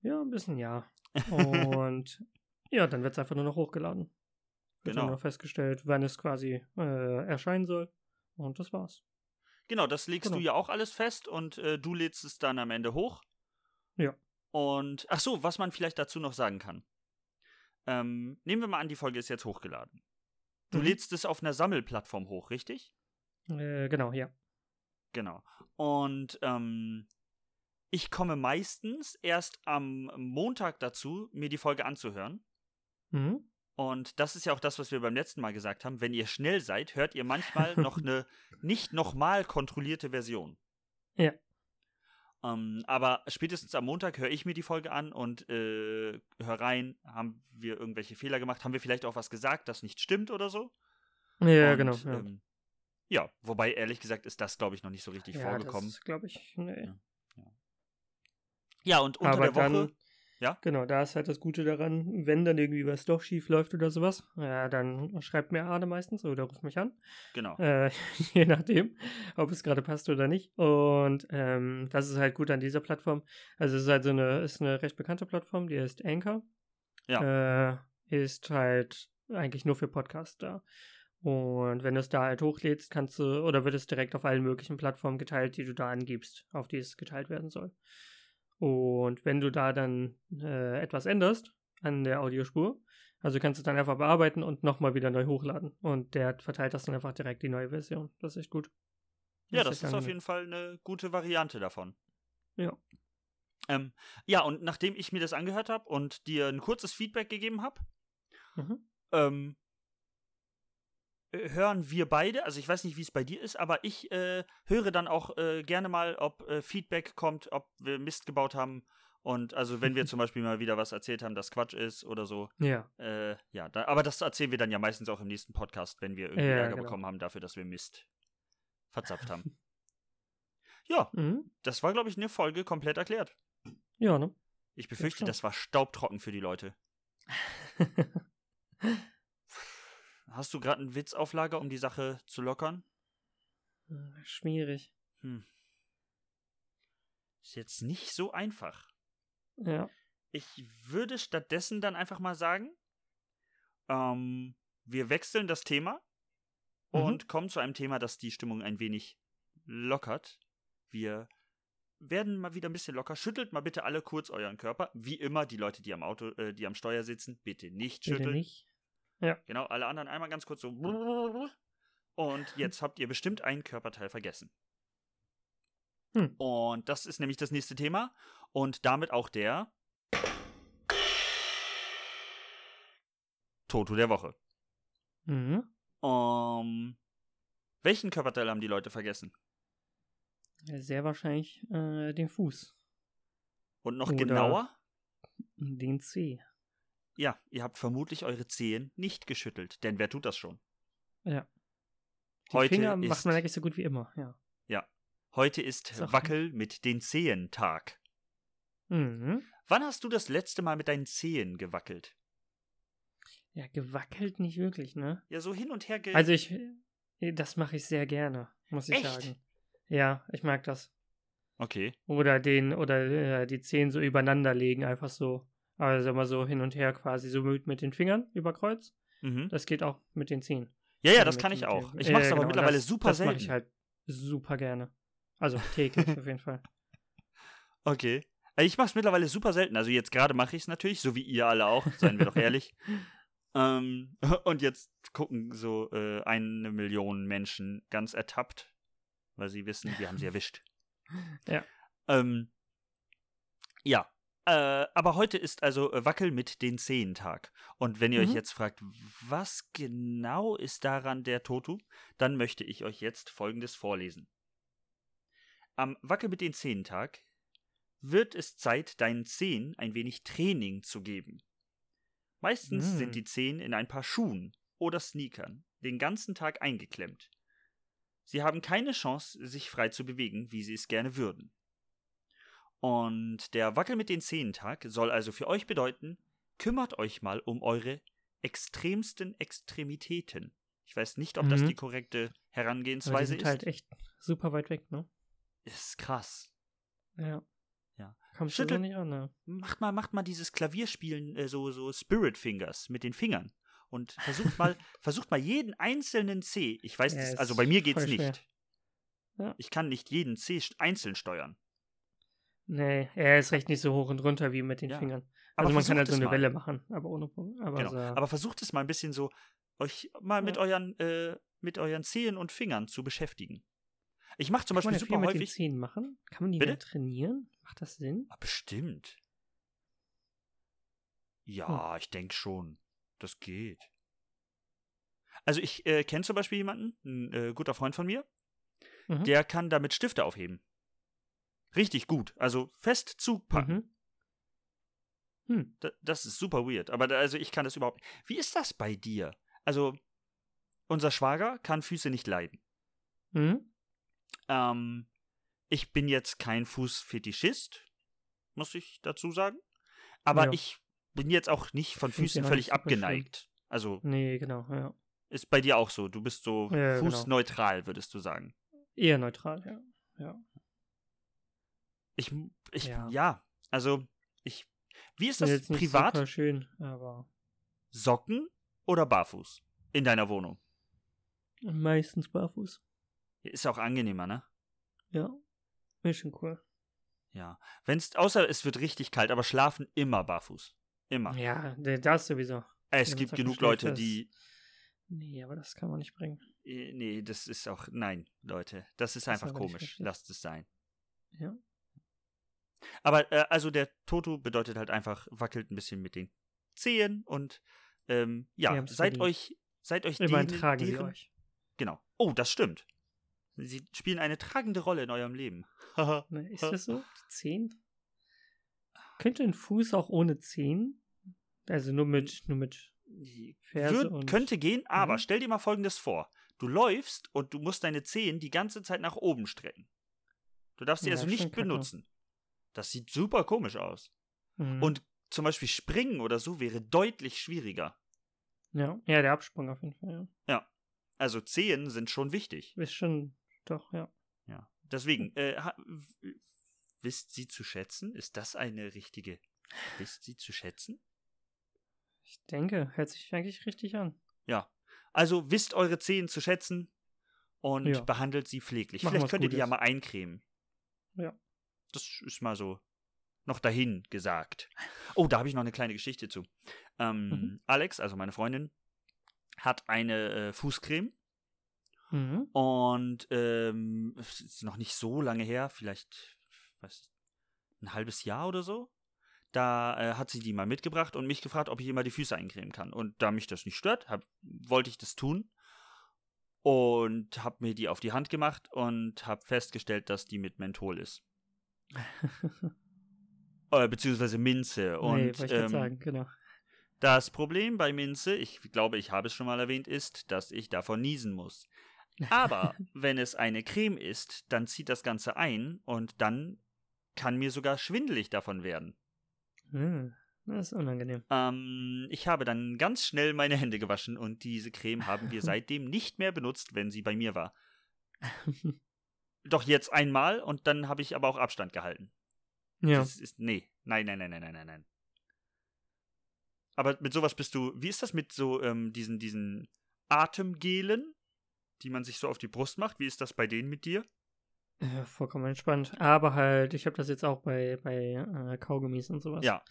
Speaker 2: Ja, ein bisschen ja. Und ja, dann wird es einfach nur noch hochgeladen.
Speaker 1: Genau.
Speaker 2: Wird Dann nur noch festgestellt, wann es quasi äh, erscheinen soll. Und das war's.
Speaker 1: Genau, das legst
Speaker 2: Genau.
Speaker 1: du ja auch alles fest und äh, du lädst es dann am Ende hoch.
Speaker 2: Ja.
Speaker 1: Und, ach so, was man vielleicht dazu noch sagen kann. Ähm, nehmen wir mal an, die Folge ist jetzt hochgeladen. Du
Speaker 2: Mhm.
Speaker 1: lädst es auf einer Sammelplattform hoch, richtig?
Speaker 2: Äh, genau, ja.
Speaker 1: Genau. Und ähm, ich komme meistens erst am Montag dazu, mir die Folge anzuhören.
Speaker 2: Mhm.
Speaker 1: Und das ist ja auch das, was wir beim letzten Mal gesagt haben. Wenn ihr schnell seid, hört ihr manchmal noch eine nicht nochmal kontrollierte Version.
Speaker 2: Ja.
Speaker 1: Ähm, aber spätestens am Montag höre ich mir die Folge an und äh, höre rein, haben wir irgendwelche Fehler gemacht, haben wir vielleicht auch was gesagt, das nicht stimmt oder so.
Speaker 2: Ja,
Speaker 1: und,
Speaker 2: genau. Ja,
Speaker 1: Ähm, ja, wobei ehrlich gesagt ist das, glaube ich, noch nicht so richtig
Speaker 2: ja
Speaker 1: vorgekommen.
Speaker 2: das glaube ich. Nee.
Speaker 1: Ja, Ja, und unter
Speaker 2: Aber
Speaker 1: der Woche.
Speaker 2: dann,
Speaker 1: Ja?
Speaker 2: Genau, da ist halt das Gute daran, wenn dann irgendwie was doch schief läuft oder sowas, ja, dann schreibt mir Arne meistens oder ruft mich an.
Speaker 1: genau.
Speaker 2: Äh, je nachdem, ob es gerade passt oder nicht. Und ähm, das ist halt gut an dieser Plattform. Also es ist halt so eine, ist eine recht bekannte Plattform, die heißt Anchor.
Speaker 1: Ja.
Speaker 2: Äh, ist halt eigentlich nur für Podcasts da. Und wenn du es da halt hochlädst, kannst du, oder wird es direkt auf allen möglichen Plattformen geteilt, die du da angibst, auf die es geteilt werden soll. Und wenn du da dann äh, etwas änderst an der Audiospur, also kannst du dann einfach bearbeiten und nochmal wieder neu hochladen. Und der verteilt das dann einfach direkt die neue Version. Das ist echt gut.
Speaker 1: Ja, das
Speaker 2: echt
Speaker 1: ist auf
Speaker 2: angenehm.
Speaker 1: jeden Fall eine gute Variante davon.
Speaker 2: Ja.
Speaker 1: Ähm, ja, und nachdem ich mir das angehört habe und dir ein kurzes Feedback gegeben habe,
Speaker 2: Mhm.
Speaker 1: ähm, äh, hören wir beide, also ich weiß nicht, wie es bei dir ist, aber ich äh, höre dann auch äh, gerne mal, ob äh, Feedback kommt, ob wir Mist gebaut haben. Und also wenn wir zum Beispiel mal wieder was erzählt haben, das Quatsch ist oder so,
Speaker 2: Ja.
Speaker 1: äh, ja, da, aber das erzählen wir dann ja meistens auch im nächsten Podcast, wenn wir irgendwie
Speaker 2: Ja,
Speaker 1: Ärger
Speaker 2: genau.
Speaker 1: bekommen haben dafür, dass wir Mist verzapft haben. ja,
Speaker 2: Mhm.
Speaker 1: das war, glaube ich, eine Folge komplett erklärt.
Speaker 2: Ja, ne?
Speaker 1: Ich befürchte,
Speaker 2: schon.
Speaker 1: das war staubtrocken für die Leute. Hast du gerade einen Witz auf Lager, um die Sache zu lockern?
Speaker 2: Schwierig.
Speaker 1: Ist jetzt nicht so einfach.
Speaker 2: Ja.
Speaker 1: Ich würde stattdessen dann einfach mal sagen, ähm, wir wechseln das Thema
Speaker 2: Mhm.
Speaker 1: und kommen zu einem Thema, das die Stimmung ein wenig lockert. Wir werden mal wieder ein bisschen locker. Schüttelt mal bitte alle kurz euren Körper. Wie immer, die Leute, die am Auto, äh, die am Steuer sitzen, bitte nicht
Speaker 2: Bitte
Speaker 1: schütteln.
Speaker 2: nicht.
Speaker 1: Genau, alle anderen einmal ganz kurz so. Und jetzt habt ihr bestimmt einen Körperteil vergessen.
Speaker 2: Hm.
Speaker 1: Und das ist nämlich das nächste Thema. Und damit auch der Toto der Woche.
Speaker 2: Mhm.
Speaker 1: Ähm, welchen Körperteil haben die Leute vergessen?
Speaker 2: Sehr wahrscheinlich äh, den Fuß.
Speaker 1: Und noch
Speaker 2: Oder-
Speaker 1: genauer?
Speaker 2: Den Zeh.
Speaker 1: Ja, ihr habt vermutlich eure Zehen nicht geschüttelt, denn wer tut das schon?
Speaker 2: Die
Speaker 1: Heute
Speaker 2: Finger
Speaker 1: ist-
Speaker 2: macht man eigentlich so gut wie immer, ja.
Speaker 1: Heute ist
Speaker 2: Ist auch
Speaker 1: Wackel mit den Zehen Tag.
Speaker 2: Mhm.
Speaker 1: Wann hast du das letzte Mal mit deinen Zehen gewackelt?
Speaker 2: Ja, gewackelt nicht wirklich, ne?
Speaker 1: Ja, so hin und her ge
Speaker 2: Also ich, das mache ich sehr gerne, muss ich
Speaker 1: Echt?
Speaker 2: sagen. Ja, ich mag das.
Speaker 1: Okay.
Speaker 2: Oder den, oder äh, die Zehen so übereinander legen, einfach so. Also immer so hin und her quasi, so mit, mit den Fingern über Kreuz.
Speaker 1: Mhm.
Speaker 2: Das geht auch mit den Zehen.
Speaker 1: Ja, ja,
Speaker 2: Also
Speaker 1: das
Speaker 2: mit
Speaker 1: kann
Speaker 2: den-
Speaker 1: ich
Speaker 2: mit
Speaker 1: auch.
Speaker 2: den-
Speaker 1: Ich mache es
Speaker 2: Ja,
Speaker 1: aber
Speaker 2: genau,
Speaker 1: mittlerweile
Speaker 2: das,
Speaker 1: super
Speaker 2: das
Speaker 1: selten.
Speaker 2: mache ich halt super gerne. Also täglich auf jeden Fall.
Speaker 1: Okay. Äh, Ich mache es mittlerweile super selten. Also jetzt gerade mache ich es natürlich, so wie ihr alle auch, seien wir doch ehrlich. Ähm, und jetzt gucken so äh, eine Million Menschen ganz ertappt, weil sie wissen, wir haben sie erwischt.
Speaker 2: Ja.
Speaker 1: Ähm, ja. Äh, aber heute ist also äh, Wackel mit den Zehentag. Und wenn ihr euch
Speaker 2: Mhm.
Speaker 1: jetzt fragt, was genau ist daran der Totu, dann möchte ich euch jetzt Folgendes vorlesen. Am Wackel mit den Zehentag wird es Zeit, deinen Zehen ein wenig Training zu geben. Meistens
Speaker 2: Mm.
Speaker 1: sind die Zehen in ein paar Schuhen oder Sneakern den ganzen Tag eingeklemmt. Sie haben keine Chance, sich frei zu bewegen, wie sie es gerne würden. Und der Wackel mit den Zehentag soll also für euch bedeuten, kümmert euch mal um eure extremsten Extremitäten. Ich weiß nicht, ob das
Speaker 2: Mhm.
Speaker 1: die korrekte
Speaker 2: Aber die
Speaker 1: Herangehensweise
Speaker 2: sind
Speaker 1: ist.
Speaker 2: halt echt super weit weg, ne?
Speaker 1: ist krass.
Speaker 2: Ja.
Speaker 1: Ja.
Speaker 2: Kommst
Speaker 1: Schüttel-
Speaker 2: du so nicht an, ne?
Speaker 1: macht mal, macht mal dieses Klavierspielen äh, so, so Spirit Fingers mit den Fingern. Und versucht mal, versucht mal jeden einzelnen C. Ich weiß,
Speaker 2: Ja,
Speaker 1: das,
Speaker 2: ist
Speaker 1: also bei mir geht's
Speaker 2: voll schwer.
Speaker 1: nicht.
Speaker 2: Ja.
Speaker 1: Ich kann nicht jeden C st- einzeln steuern.
Speaker 2: Nee, er ist recht nicht so hoch und runter wie mit den
Speaker 1: Ja.
Speaker 2: Fingern.
Speaker 1: Aber
Speaker 2: Also man kann
Speaker 1: versucht
Speaker 2: halt so
Speaker 1: es
Speaker 2: eine
Speaker 1: mal.
Speaker 2: Welle machen, aber ohne Punkt. Aber,
Speaker 1: Genau.
Speaker 2: so,
Speaker 1: Aber versucht es mal ein bisschen so, euch mal mit
Speaker 2: Ja.
Speaker 1: euren, äh, mit euren Zehen und Fingern zu beschäftigen. Ich mache zum
Speaker 2: kann
Speaker 1: Beispiel
Speaker 2: man ja viel
Speaker 1: super
Speaker 2: mit den
Speaker 1: häufig.
Speaker 2: Zehen machen? Kann man die
Speaker 1: Bitte?
Speaker 2: dann trainieren? Macht das Sinn?
Speaker 1: Ah, bestimmt.
Speaker 2: Hm.
Speaker 1: Ja, ich denke schon. Das geht. Also ich äh, kenne zum Beispiel jemanden, ein äh, guter Freund von mir,
Speaker 2: Mhm.
Speaker 1: der kann damit Stifte aufheben. Richtig gut. Also fest zupacken.
Speaker 2: Mhm. Hm.
Speaker 1: Da- das ist super weird. Aber da, also ich kann das überhaupt. Wie ist das bei dir? Also unser Schwager kann Füße nicht leiden.
Speaker 2: Mhm.
Speaker 1: Ähm, ich bin jetzt kein Fußfetischist, muss ich dazu sagen. Aber
Speaker 2: Ja.
Speaker 1: ich bin jetzt auch nicht von
Speaker 2: Ich find's
Speaker 1: Füßen
Speaker 2: ja auch
Speaker 1: völlig
Speaker 2: nicht super schlimm.
Speaker 1: abgeneigt. Also
Speaker 2: Nee, genau, ja.
Speaker 1: ist bei dir auch so. Du bist so
Speaker 2: Ja, genau.
Speaker 1: fußneutral, würdest du sagen.
Speaker 2: Eher neutral, ja.
Speaker 1: Ich, ich ja.
Speaker 2: Ja.
Speaker 1: also ich. Wie ist
Speaker 2: Ist
Speaker 1: das
Speaker 2: jetzt nicht
Speaker 1: privat?
Speaker 2: super schön, aber
Speaker 1: Socken oder barfuß in deiner Wohnung?
Speaker 2: Meistens barfuß.
Speaker 1: Ist auch angenehmer, ne?
Speaker 2: Ja. Ist schon cool.
Speaker 1: Ja. Wenn's, außer es wird richtig kalt, aber schlafen immer barfuß. Immer. Äh,
Speaker 2: Ja, d- das sowieso.
Speaker 1: es
Speaker 2: wenn's
Speaker 1: gibt
Speaker 2: auf dem
Speaker 1: genug
Speaker 2: Schleif
Speaker 1: Leute,
Speaker 2: ist.
Speaker 1: die.
Speaker 2: Nee, aber das kann man nicht bringen.
Speaker 1: äh, Nee, das ist auch. Nein, Leute. Das ist
Speaker 2: Das
Speaker 1: einfach
Speaker 2: aber nicht
Speaker 1: komisch.
Speaker 2: richtig.
Speaker 1: Lasst es sein.
Speaker 2: Ja.
Speaker 1: Aber äh, also der Toto bedeutet halt einfach, wackelt ein bisschen mit den Zehen und ähm,
Speaker 2: Wir
Speaker 1: ja,
Speaker 2: haben's
Speaker 1: seid
Speaker 2: verdient.
Speaker 1: euch, seid euch
Speaker 2: Immerhin
Speaker 1: denen-
Speaker 2: tragen sie
Speaker 1: deren-
Speaker 2: euch.
Speaker 1: Genau. Oh, das stimmt. Sie spielen eine tragende Rolle in eurem Leben. Haha.
Speaker 2: Ne, Ist das so? Die Zehen? Könnte ein Fuß auch ohne Zehen? Also nur mit, nur mit Ferse
Speaker 1: Hm. Würd,
Speaker 2: und...
Speaker 1: könnte gehen, aber
Speaker 2: Mhm.
Speaker 1: stell dir mal folgendes vor. Du läufst und du musst deine Zehen die ganze Zeit nach oben strecken. Du darfst sie
Speaker 2: Ja,
Speaker 1: also
Speaker 2: schon
Speaker 1: nicht
Speaker 2: kacke.
Speaker 1: benutzen. Das sieht super komisch aus.
Speaker 2: Mhm.
Speaker 1: Und zum Beispiel springen oder so wäre deutlich schwieriger.
Speaker 2: Ja. ja, der Absprung auf jeden Fall.
Speaker 1: Also Zehen sind schon wichtig.
Speaker 2: Ja. Ist schon... Doch, ja.
Speaker 1: Ja. Deswegen, äh, ha, w- wisst sie zu schätzen? Ist das eine richtige? Wisst sie zu schätzen?
Speaker 2: Ich denke, hört sich eigentlich richtig an.
Speaker 1: Also wisst eure Zehen zu schätzen und
Speaker 2: Ja.
Speaker 1: behandelt sie pfleglich.
Speaker 2: Machen
Speaker 1: Vielleicht
Speaker 2: was
Speaker 1: könnt ihr die ja
Speaker 2: Gutes.
Speaker 1: mal eincremen.
Speaker 2: Ja.
Speaker 1: Das ist mal so noch dahin gesagt. Oh, da habe ich noch eine kleine Geschichte zu. Ähm,
Speaker 2: Mhm.
Speaker 1: Alex, also meine Freundin, hat eine äh, Fußcreme
Speaker 2: Mhm.
Speaker 1: und ähm, es ist noch nicht so lange her, vielleicht weiß, ein halbes Jahr oder so. Da äh, hat sie die mal mitgebracht und mich gefragt, ob ich ihr mal die Füße eincremen kann. Und da mich das nicht stört, hab, wollte ich das tun und habe mir die auf die Hand gemacht und habe festgestellt, dass die mit Menthol ist. äh, beziehungsweise Minze. Und
Speaker 2: nee, wollte ich gerade
Speaker 1: ähm,
Speaker 2: sagen, genau.
Speaker 1: das Problem bei Minze, ich glaube, ich habe es schon mal erwähnt, ist, dass ich davon niesen muss. Aber wenn es eine Creme ist, dann zieht das Ganze ein und dann kann mir sogar schwindelig davon werden.
Speaker 2: Hm, Das ist unangenehm.
Speaker 1: Ähm, ich habe dann ganz schnell meine Hände gewaschen und diese Creme haben wir seitdem nicht mehr benutzt, wenn sie bei mir war. Doch jetzt einmal und dann habe ich aber auch Abstand gehalten.
Speaker 2: ja.
Speaker 1: Das ist, nee, nein, nein, nein, nein, nein, nein, nein. Aber mit sowas bist du, wie ist das mit so ähm, diesen, diesen Atemgelen, die man sich so auf die Brust macht? Wie ist das bei denen mit dir?
Speaker 2: Ja, äh, vollkommen entspannt. Aber halt, ich habe das jetzt auch bei, bei äh, Kaugummis und sowas.
Speaker 1: Ja.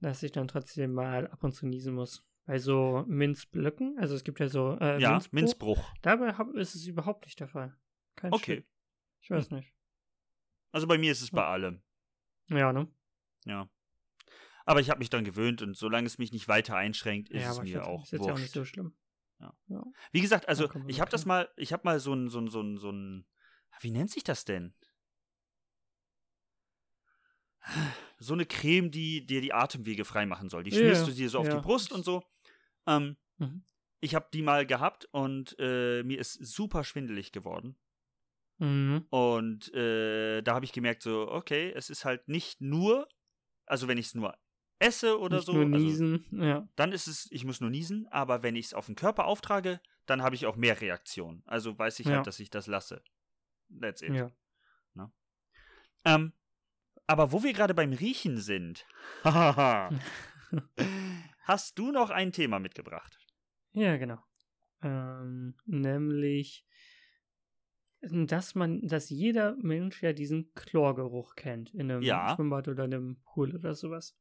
Speaker 2: Dass ich dann trotzdem mal ab und zu niesen muss. Bei so Minzblöcken, also es gibt ja so äh,
Speaker 1: ja,
Speaker 2: Minzbruch.
Speaker 1: Minzbruch.
Speaker 2: Dabei hab, ist es überhaupt nicht der Fall. Kein
Speaker 1: Okay. Hm.
Speaker 2: Stück. Ich weiß nicht.
Speaker 1: Also bei mir ist es bei allem,
Speaker 2: Ja, ne?
Speaker 1: ja. Aber ich habe mich dran gewöhnt und solange es mich nicht weiter einschränkt, ist
Speaker 2: ja,
Speaker 1: es
Speaker 2: ich
Speaker 1: mir
Speaker 2: würd sagen,
Speaker 1: auch
Speaker 2: Ist jetzt ja auch nicht
Speaker 1: wurscht.
Speaker 2: so schlimm.
Speaker 1: Wie gesagt, also
Speaker 2: Ja, komm,
Speaker 1: ich habe
Speaker 2: okay.
Speaker 1: das mal, ich habe mal so ein, so ein, so ein, so ein, wie nennt sich das denn? So eine Creme, die dir die Atemwege freimachen soll. Die
Speaker 2: Ja,
Speaker 1: schmierst du dir so auf
Speaker 2: ja.
Speaker 1: die Brust und so. Ähm,
Speaker 2: Mhm.
Speaker 1: Ich habe die mal gehabt und äh, mir ist super schwindelig geworden.
Speaker 2: Mhm.
Speaker 1: Und äh, da habe ich gemerkt, so, okay, es ist halt nicht nur, also wenn ich es nur esse oder
Speaker 2: nicht
Speaker 1: so,
Speaker 2: Nur
Speaker 1: also
Speaker 2: niesen. ja.
Speaker 1: dann ist es, ich muss nur niesen, aber wenn ich es auf den Körper auftrage, dann habe ich auch mehr Reaktionen. Also weiß ich
Speaker 2: Ja.
Speaker 1: halt, dass ich das lasse. That's it. Ne?
Speaker 2: ja.
Speaker 1: Ähm, aber wo wir gerade beim Riechen sind, hahaha, hast du noch ein Thema mitgebracht?
Speaker 2: Ja, genau. Ähm, nämlich, dass man, dass jeder Mensch ja diesen Chlorgeruch kennt in einem
Speaker 1: Ja.
Speaker 2: Schwimmbad oder in einem Pool oder sowas.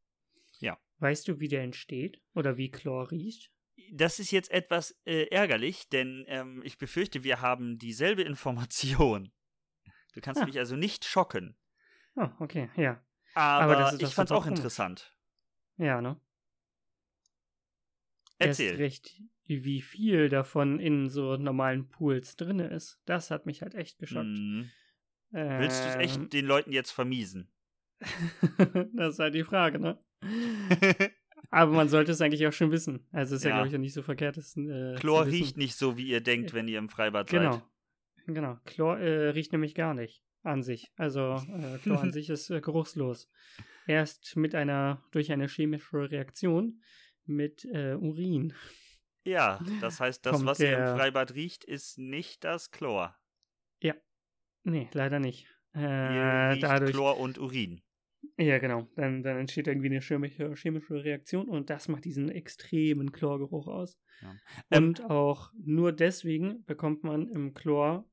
Speaker 1: Ja.
Speaker 2: Weißt du, wie der entsteht oder wie Chlor riecht?
Speaker 1: Das ist jetzt etwas äh, ärgerlich, denn ähm, ich befürchte, wir haben dieselbe Information. Du kannst
Speaker 2: Ah.
Speaker 1: mich also nicht schocken.
Speaker 2: Ah, okay, ja,
Speaker 1: Aber,
Speaker 2: das ist doch
Speaker 1: ich fand's
Speaker 2: super
Speaker 1: auch
Speaker 2: komisch.
Speaker 1: interessant.
Speaker 2: ja, ne. Erst
Speaker 1: Erzähl.
Speaker 2: recht, wie viel davon in so normalen Pools drinne ist. Das hat mich halt echt geschockt. Ähm.
Speaker 1: Mhm. Willst du es echt den Leuten jetzt vermiesen?
Speaker 2: echt? das ist halt die Frage, ne? Aber man sollte es eigentlich auch schon wissen. Also ist ja,
Speaker 1: Ja.
Speaker 2: glaube ich, auch nicht so verkehrt. Das, äh,
Speaker 1: Chlor
Speaker 2: zu wissen.
Speaker 1: riecht nicht so, wie ihr denkt, wenn ihr im Freibad
Speaker 2: Genau.
Speaker 1: seid.
Speaker 2: Genau. Chlor äh, riecht nämlich gar nicht an sich. Also äh, Chlor an sich ist äh, geruchslos. Erst mit einer, durch eine chemische Reaktion mit äh, Urin.
Speaker 1: Ja, das heißt, das,
Speaker 2: Kommt
Speaker 1: was ihr
Speaker 2: der-
Speaker 1: im Freibad riecht, ist nicht das Chlor.
Speaker 2: Nee, leider nicht.
Speaker 1: Ihr
Speaker 2: Äh,
Speaker 1: riecht
Speaker 2: dadurch
Speaker 1: Chlor und Urin.
Speaker 2: Ja, genau. Dann, dann entsteht irgendwie eine chemische, chemische Reaktion und das macht diesen extremen Chlorgeruch aus.
Speaker 1: Ja. Ähm,
Speaker 2: Und auch nur deswegen bekommt man im Chlor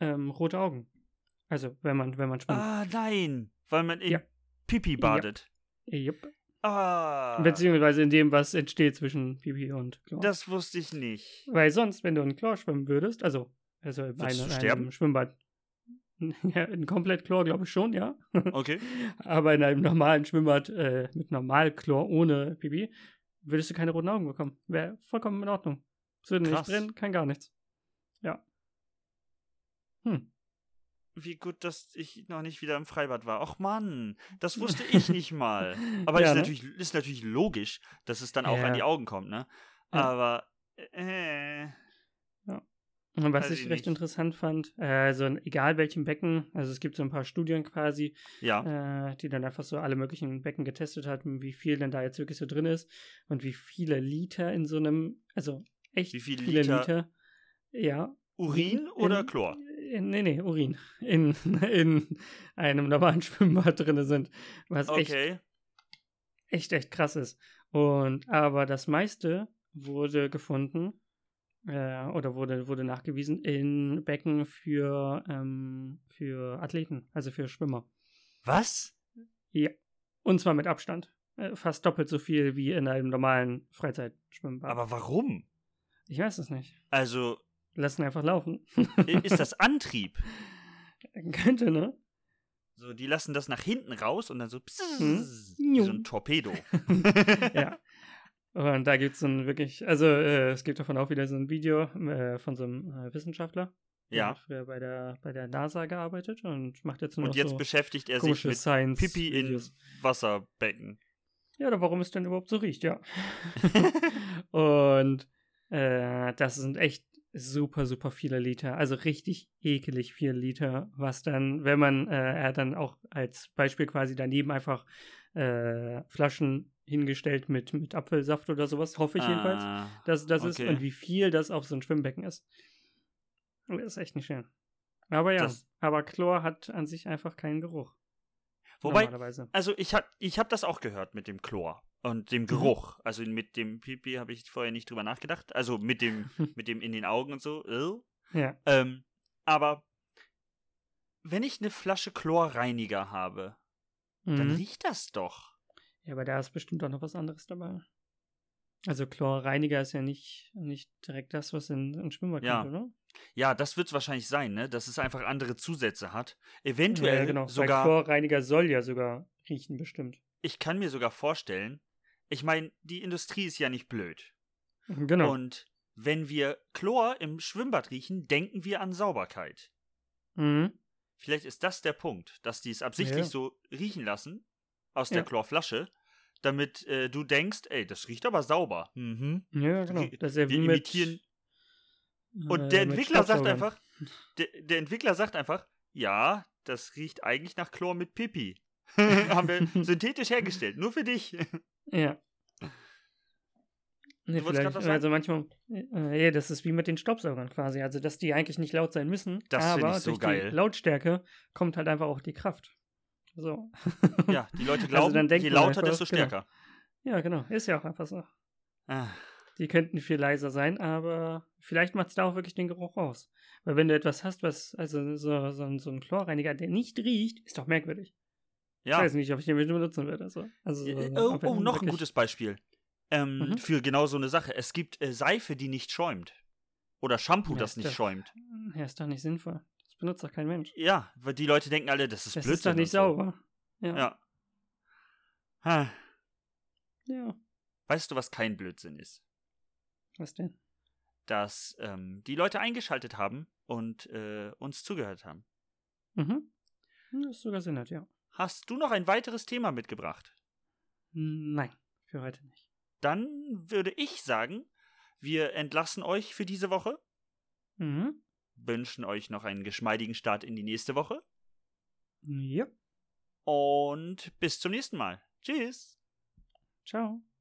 Speaker 2: ähm, rote Augen. Also, wenn man, wenn man schwimmt.
Speaker 1: Ah, nein! Weil man in
Speaker 2: Ja.
Speaker 1: Pipi badet.
Speaker 2: Jupp.
Speaker 1: Ah!
Speaker 2: Beziehungsweise in dem, was entsteht zwischen Pipi und Chlor.
Speaker 1: Das wusste ich nicht.
Speaker 2: Weil sonst, wenn du in Chlor schwimmen würdest, also, also in
Speaker 1: Würdest
Speaker 2: einem-
Speaker 1: du sterben?
Speaker 2: einem Schwimmbad. Ja, in komplett Chlor glaube ich schon, ja.
Speaker 1: Okay.
Speaker 2: Aber in einem normalen Schwimmbad äh, mit normal Chlor ohne Pipi würdest du keine roten Augen bekommen. Wäre vollkommen in Ordnung. Es würde
Speaker 1: Krass.
Speaker 2: nicht drin, kein gar nichts. Ja. Hm.
Speaker 1: Wie gut, dass ich noch nicht wieder im Freibad war. Och Mann, das wusste ich nicht mal. Aber
Speaker 2: ja,
Speaker 1: ist,
Speaker 2: ne?
Speaker 1: natürlich, ist natürlich logisch, dass es dann auch
Speaker 2: Ja.
Speaker 1: an die Augen kommt, ne?
Speaker 2: Ja.
Speaker 1: Aber äh,
Speaker 2: Und was
Speaker 1: Weiß
Speaker 2: ich
Speaker 1: ich
Speaker 2: recht
Speaker 1: nicht.
Speaker 2: interessant fand, äh, also in- egal welchem Becken, also es gibt so ein paar Studien quasi,
Speaker 1: ja,
Speaker 2: äh, die dann einfach so alle möglichen Becken getestet hat, wie viel denn da jetzt wirklich so drin ist und wie viele Liter in so einem, also echt
Speaker 1: Wie viele
Speaker 2: viele
Speaker 1: Liter?
Speaker 2: Liter. ja.
Speaker 1: Urin
Speaker 2: in-
Speaker 1: oder Chlor?
Speaker 2: In, nee, nee, Urin. In, in einem normalen Schwimmbad drin sind. Was echt
Speaker 1: Okay.
Speaker 2: echt, echt krass ist. Und aber das meiste wurde gefunden äh, oder wurde, wurde nachgewiesen in Becken für, ähm, für Athleten, also für Schwimmer.
Speaker 1: Was?
Speaker 2: Und zwar mit Abstand. Äh, fast doppelt so viel wie in einem normalen Freizeitschwimmbad.
Speaker 1: Aber warum?
Speaker 2: ich weiß es nicht.
Speaker 1: Also,
Speaker 2: Lassen einfach laufen.
Speaker 1: i- ist das Antrieb?
Speaker 2: Könnte, ne?
Speaker 1: So, die lassen das nach hinten raus und dann so, pssst,
Speaker 2: Mhm.
Speaker 1: wie so ein Torpedo.
Speaker 2: ja. Und da gibt es dann wirklich, also äh, es gibt davon auch wieder so ein Video äh, von so einem äh, Wissenschaftler. Der
Speaker 1: Ja.
Speaker 2: hat früher bei der, bei der NASA gearbeitet und macht jetzt nur
Speaker 1: Und
Speaker 2: noch
Speaker 1: jetzt
Speaker 2: so
Speaker 1: beschäftigt er sich
Speaker 2: komische
Speaker 1: mit
Speaker 2: Science.
Speaker 1: Pipi in
Speaker 2: Videos.
Speaker 1: Wasserbecken.
Speaker 2: Ja, oder warum es denn überhaupt so riecht, ja. und äh, das sind echt super, super viele Liter. Also richtig ekelig viele Liter, was dann, wenn man, äh, er hat dann auch als Beispiel quasi daneben einfach äh, Flaschen hingestellt mit, mit Apfelsaft oder sowas, hoffe ich jedenfalls,
Speaker 1: Ah,
Speaker 2: dass das ist
Speaker 1: okay.
Speaker 2: und wie viel das auf so ein Schwimmbecken ist. Das ist echt nicht schön. Aber ja,
Speaker 1: Das-
Speaker 2: aber Chlor hat an sich einfach keinen Geruch.
Speaker 1: Wobei,
Speaker 2: normalerweise.
Speaker 1: also ich habe ich hab das auch gehört mit dem Chlor und
Speaker 2: Mhm.
Speaker 1: dem Geruch. Also mit dem Pipi habe ich vorher nicht drüber nachgedacht. Also mit dem, mit dem in den Augen und so. Ill.
Speaker 2: Ja.
Speaker 1: Ähm, aber wenn ich eine Flasche Chlorreiniger habe, dann
Speaker 2: Mhm.
Speaker 1: riecht das doch.
Speaker 2: Ja, aber da ist bestimmt auch noch was anderes dabei. Also Chlorreiniger ist ja nicht, nicht direkt das, was in, in Schwimmbad
Speaker 1: Ja.
Speaker 2: kommt, oder?
Speaker 1: Ja, das wird es wahrscheinlich sein, ne? Dass es einfach andere Zusätze hat. Eventuell
Speaker 2: ja, genau. Weil
Speaker 1: sogar.
Speaker 2: Chlorreiniger soll ja sogar riechen, bestimmt.
Speaker 1: ich kann mir sogar vorstellen, ich meine, die Industrie ist ja nicht blöd.
Speaker 2: Genau.
Speaker 1: Und wenn wir Chlor im Schwimmbad riechen, denken wir an Sauberkeit.
Speaker 2: mhm.
Speaker 1: Vielleicht ist das der Punkt, dass die es absichtlich
Speaker 2: Ja.
Speaker 1: so riechen lassen aus
Speaker 2: Ja.
Speaker 1: der Chlorflasche, damit äh, du denkst, ey, das riecht aber sauber. Mhm.
Speaker 2: Ja, genau.
Speaker 1: Wir-
Speaker 2: Das ist ja
Speaker 1: wir
Speaker 2: wie mit,
Speaker 1: imitieren- Und
Speaker 2: äh,
Speaker 1: der
Speaker 2: mit
Speaker 1: Entwickler sagt
Speaker 2: Staubsaugern.
Speaker 1: einfach, der, der Entwickler sagt einfach, ja, das riecht eigentlich nach Chlor mit Pipi. Haben wir synthetisch hergestellt, nur für dich.
Speaker 2: Ja. Nee,
Speaker 1: wolltest grad
Speaker 2: vielleicht,
Speaker 1: was sagen?
Speaker 2: also manchmal, äh, ja, das ist wie mit den Staubsaugern quasi. Also, dass die eigentlich nicht laut sein müssen,
Speaker 1: Das find
Speaker 2: aber
Speaker 1: ich so
Speaker 2: durch
Speaker 1: geil.
Speaker 2: die Lautstärke kommt halt einfach auch die Kraft. So.
Speaker 1: Ja, die Leute glauben,
Speaker 2: Also dann denkt
Speaker 1: je
Speaker 2: man
Speaker 1: lauter,
Speaker 2: einfach,
Speaker 1: desto
Speaker 2: genau.
Speaker 1: stärker.
Speaker 2: Ja, genau. Ist ja auch einfach so.
Speaker 1: Ah.
Speaker 2: Die könnten viel leiser sein, aber vielleicht macht es da auch wirklich den Geruch aus. Weil wenn du etwas hast, was, also so, so, ein- so ein Chlorreiniger, der nicht riecht, ist doch merkwürdig.
Speaker 1: Ja.
Speaker 2: Ich weiß nicht, ob ich den mit benutzen würde. So. Also, so,
Speaker 1: Äh,
Speaker 2: so,
Speaker 1: Oh,
Speaker 2: aber
Speaker 1: oh, noch ein
Speaker 2: wirklich-
Speaker 1: gutes Beispiel ähm,
Speaker 2: Mhm.
Speaker 1: für genau so eine Sache. Es gibt äh, Seife, die nicht schäumt. Oder Shampoo,
Speaker 2: Ja,
Speaker 1: das nicht
Speaker 2: stimmt.
Speaker 1: schäumt.
Speaker 2: Ja, ist doch nicht sinnvoll. Das benutzt doch kein Mensch.
Speaker 1: Ja, weil die Leute denken alle, das ist
Speaker 2: Das
Speaker 1: Blödsinn.
Speaker 2: ist doch
Speaker 1: und
Speaker 2: nicht
Speaker 1: so.
Speaker 2: sauber. Ja.
Speaker 1: Ja. Ha,
Speaker 2: Ja.
Speaker 1: weißt du, was kein Blödsinn ist?
Speaker 2: Was denn?
Speaker 1: Dass ähm, die Leute eingeschaltet haben und äh, uns zugehört haben.
Speaker 2: Mhm. Ja, ist sogar Sinn hat, ja.
Speaker 1: Hast du noch ein weiteres Thema mitgebracht?
Speaker 2: Nein, für heute nicht.
Speaker 1: Dann würde ich sagen, wir entlassen euch für diese Woche,
Speaker 2: Mhm.
Speaker 1: wünschen euch noch einen geschmeidigen Start in die nächste Woche.
Speaker 2: Ja.
Speaker 1: Und bis zum nächsten Mal. Tschüss.
Speaker 2: Ciao.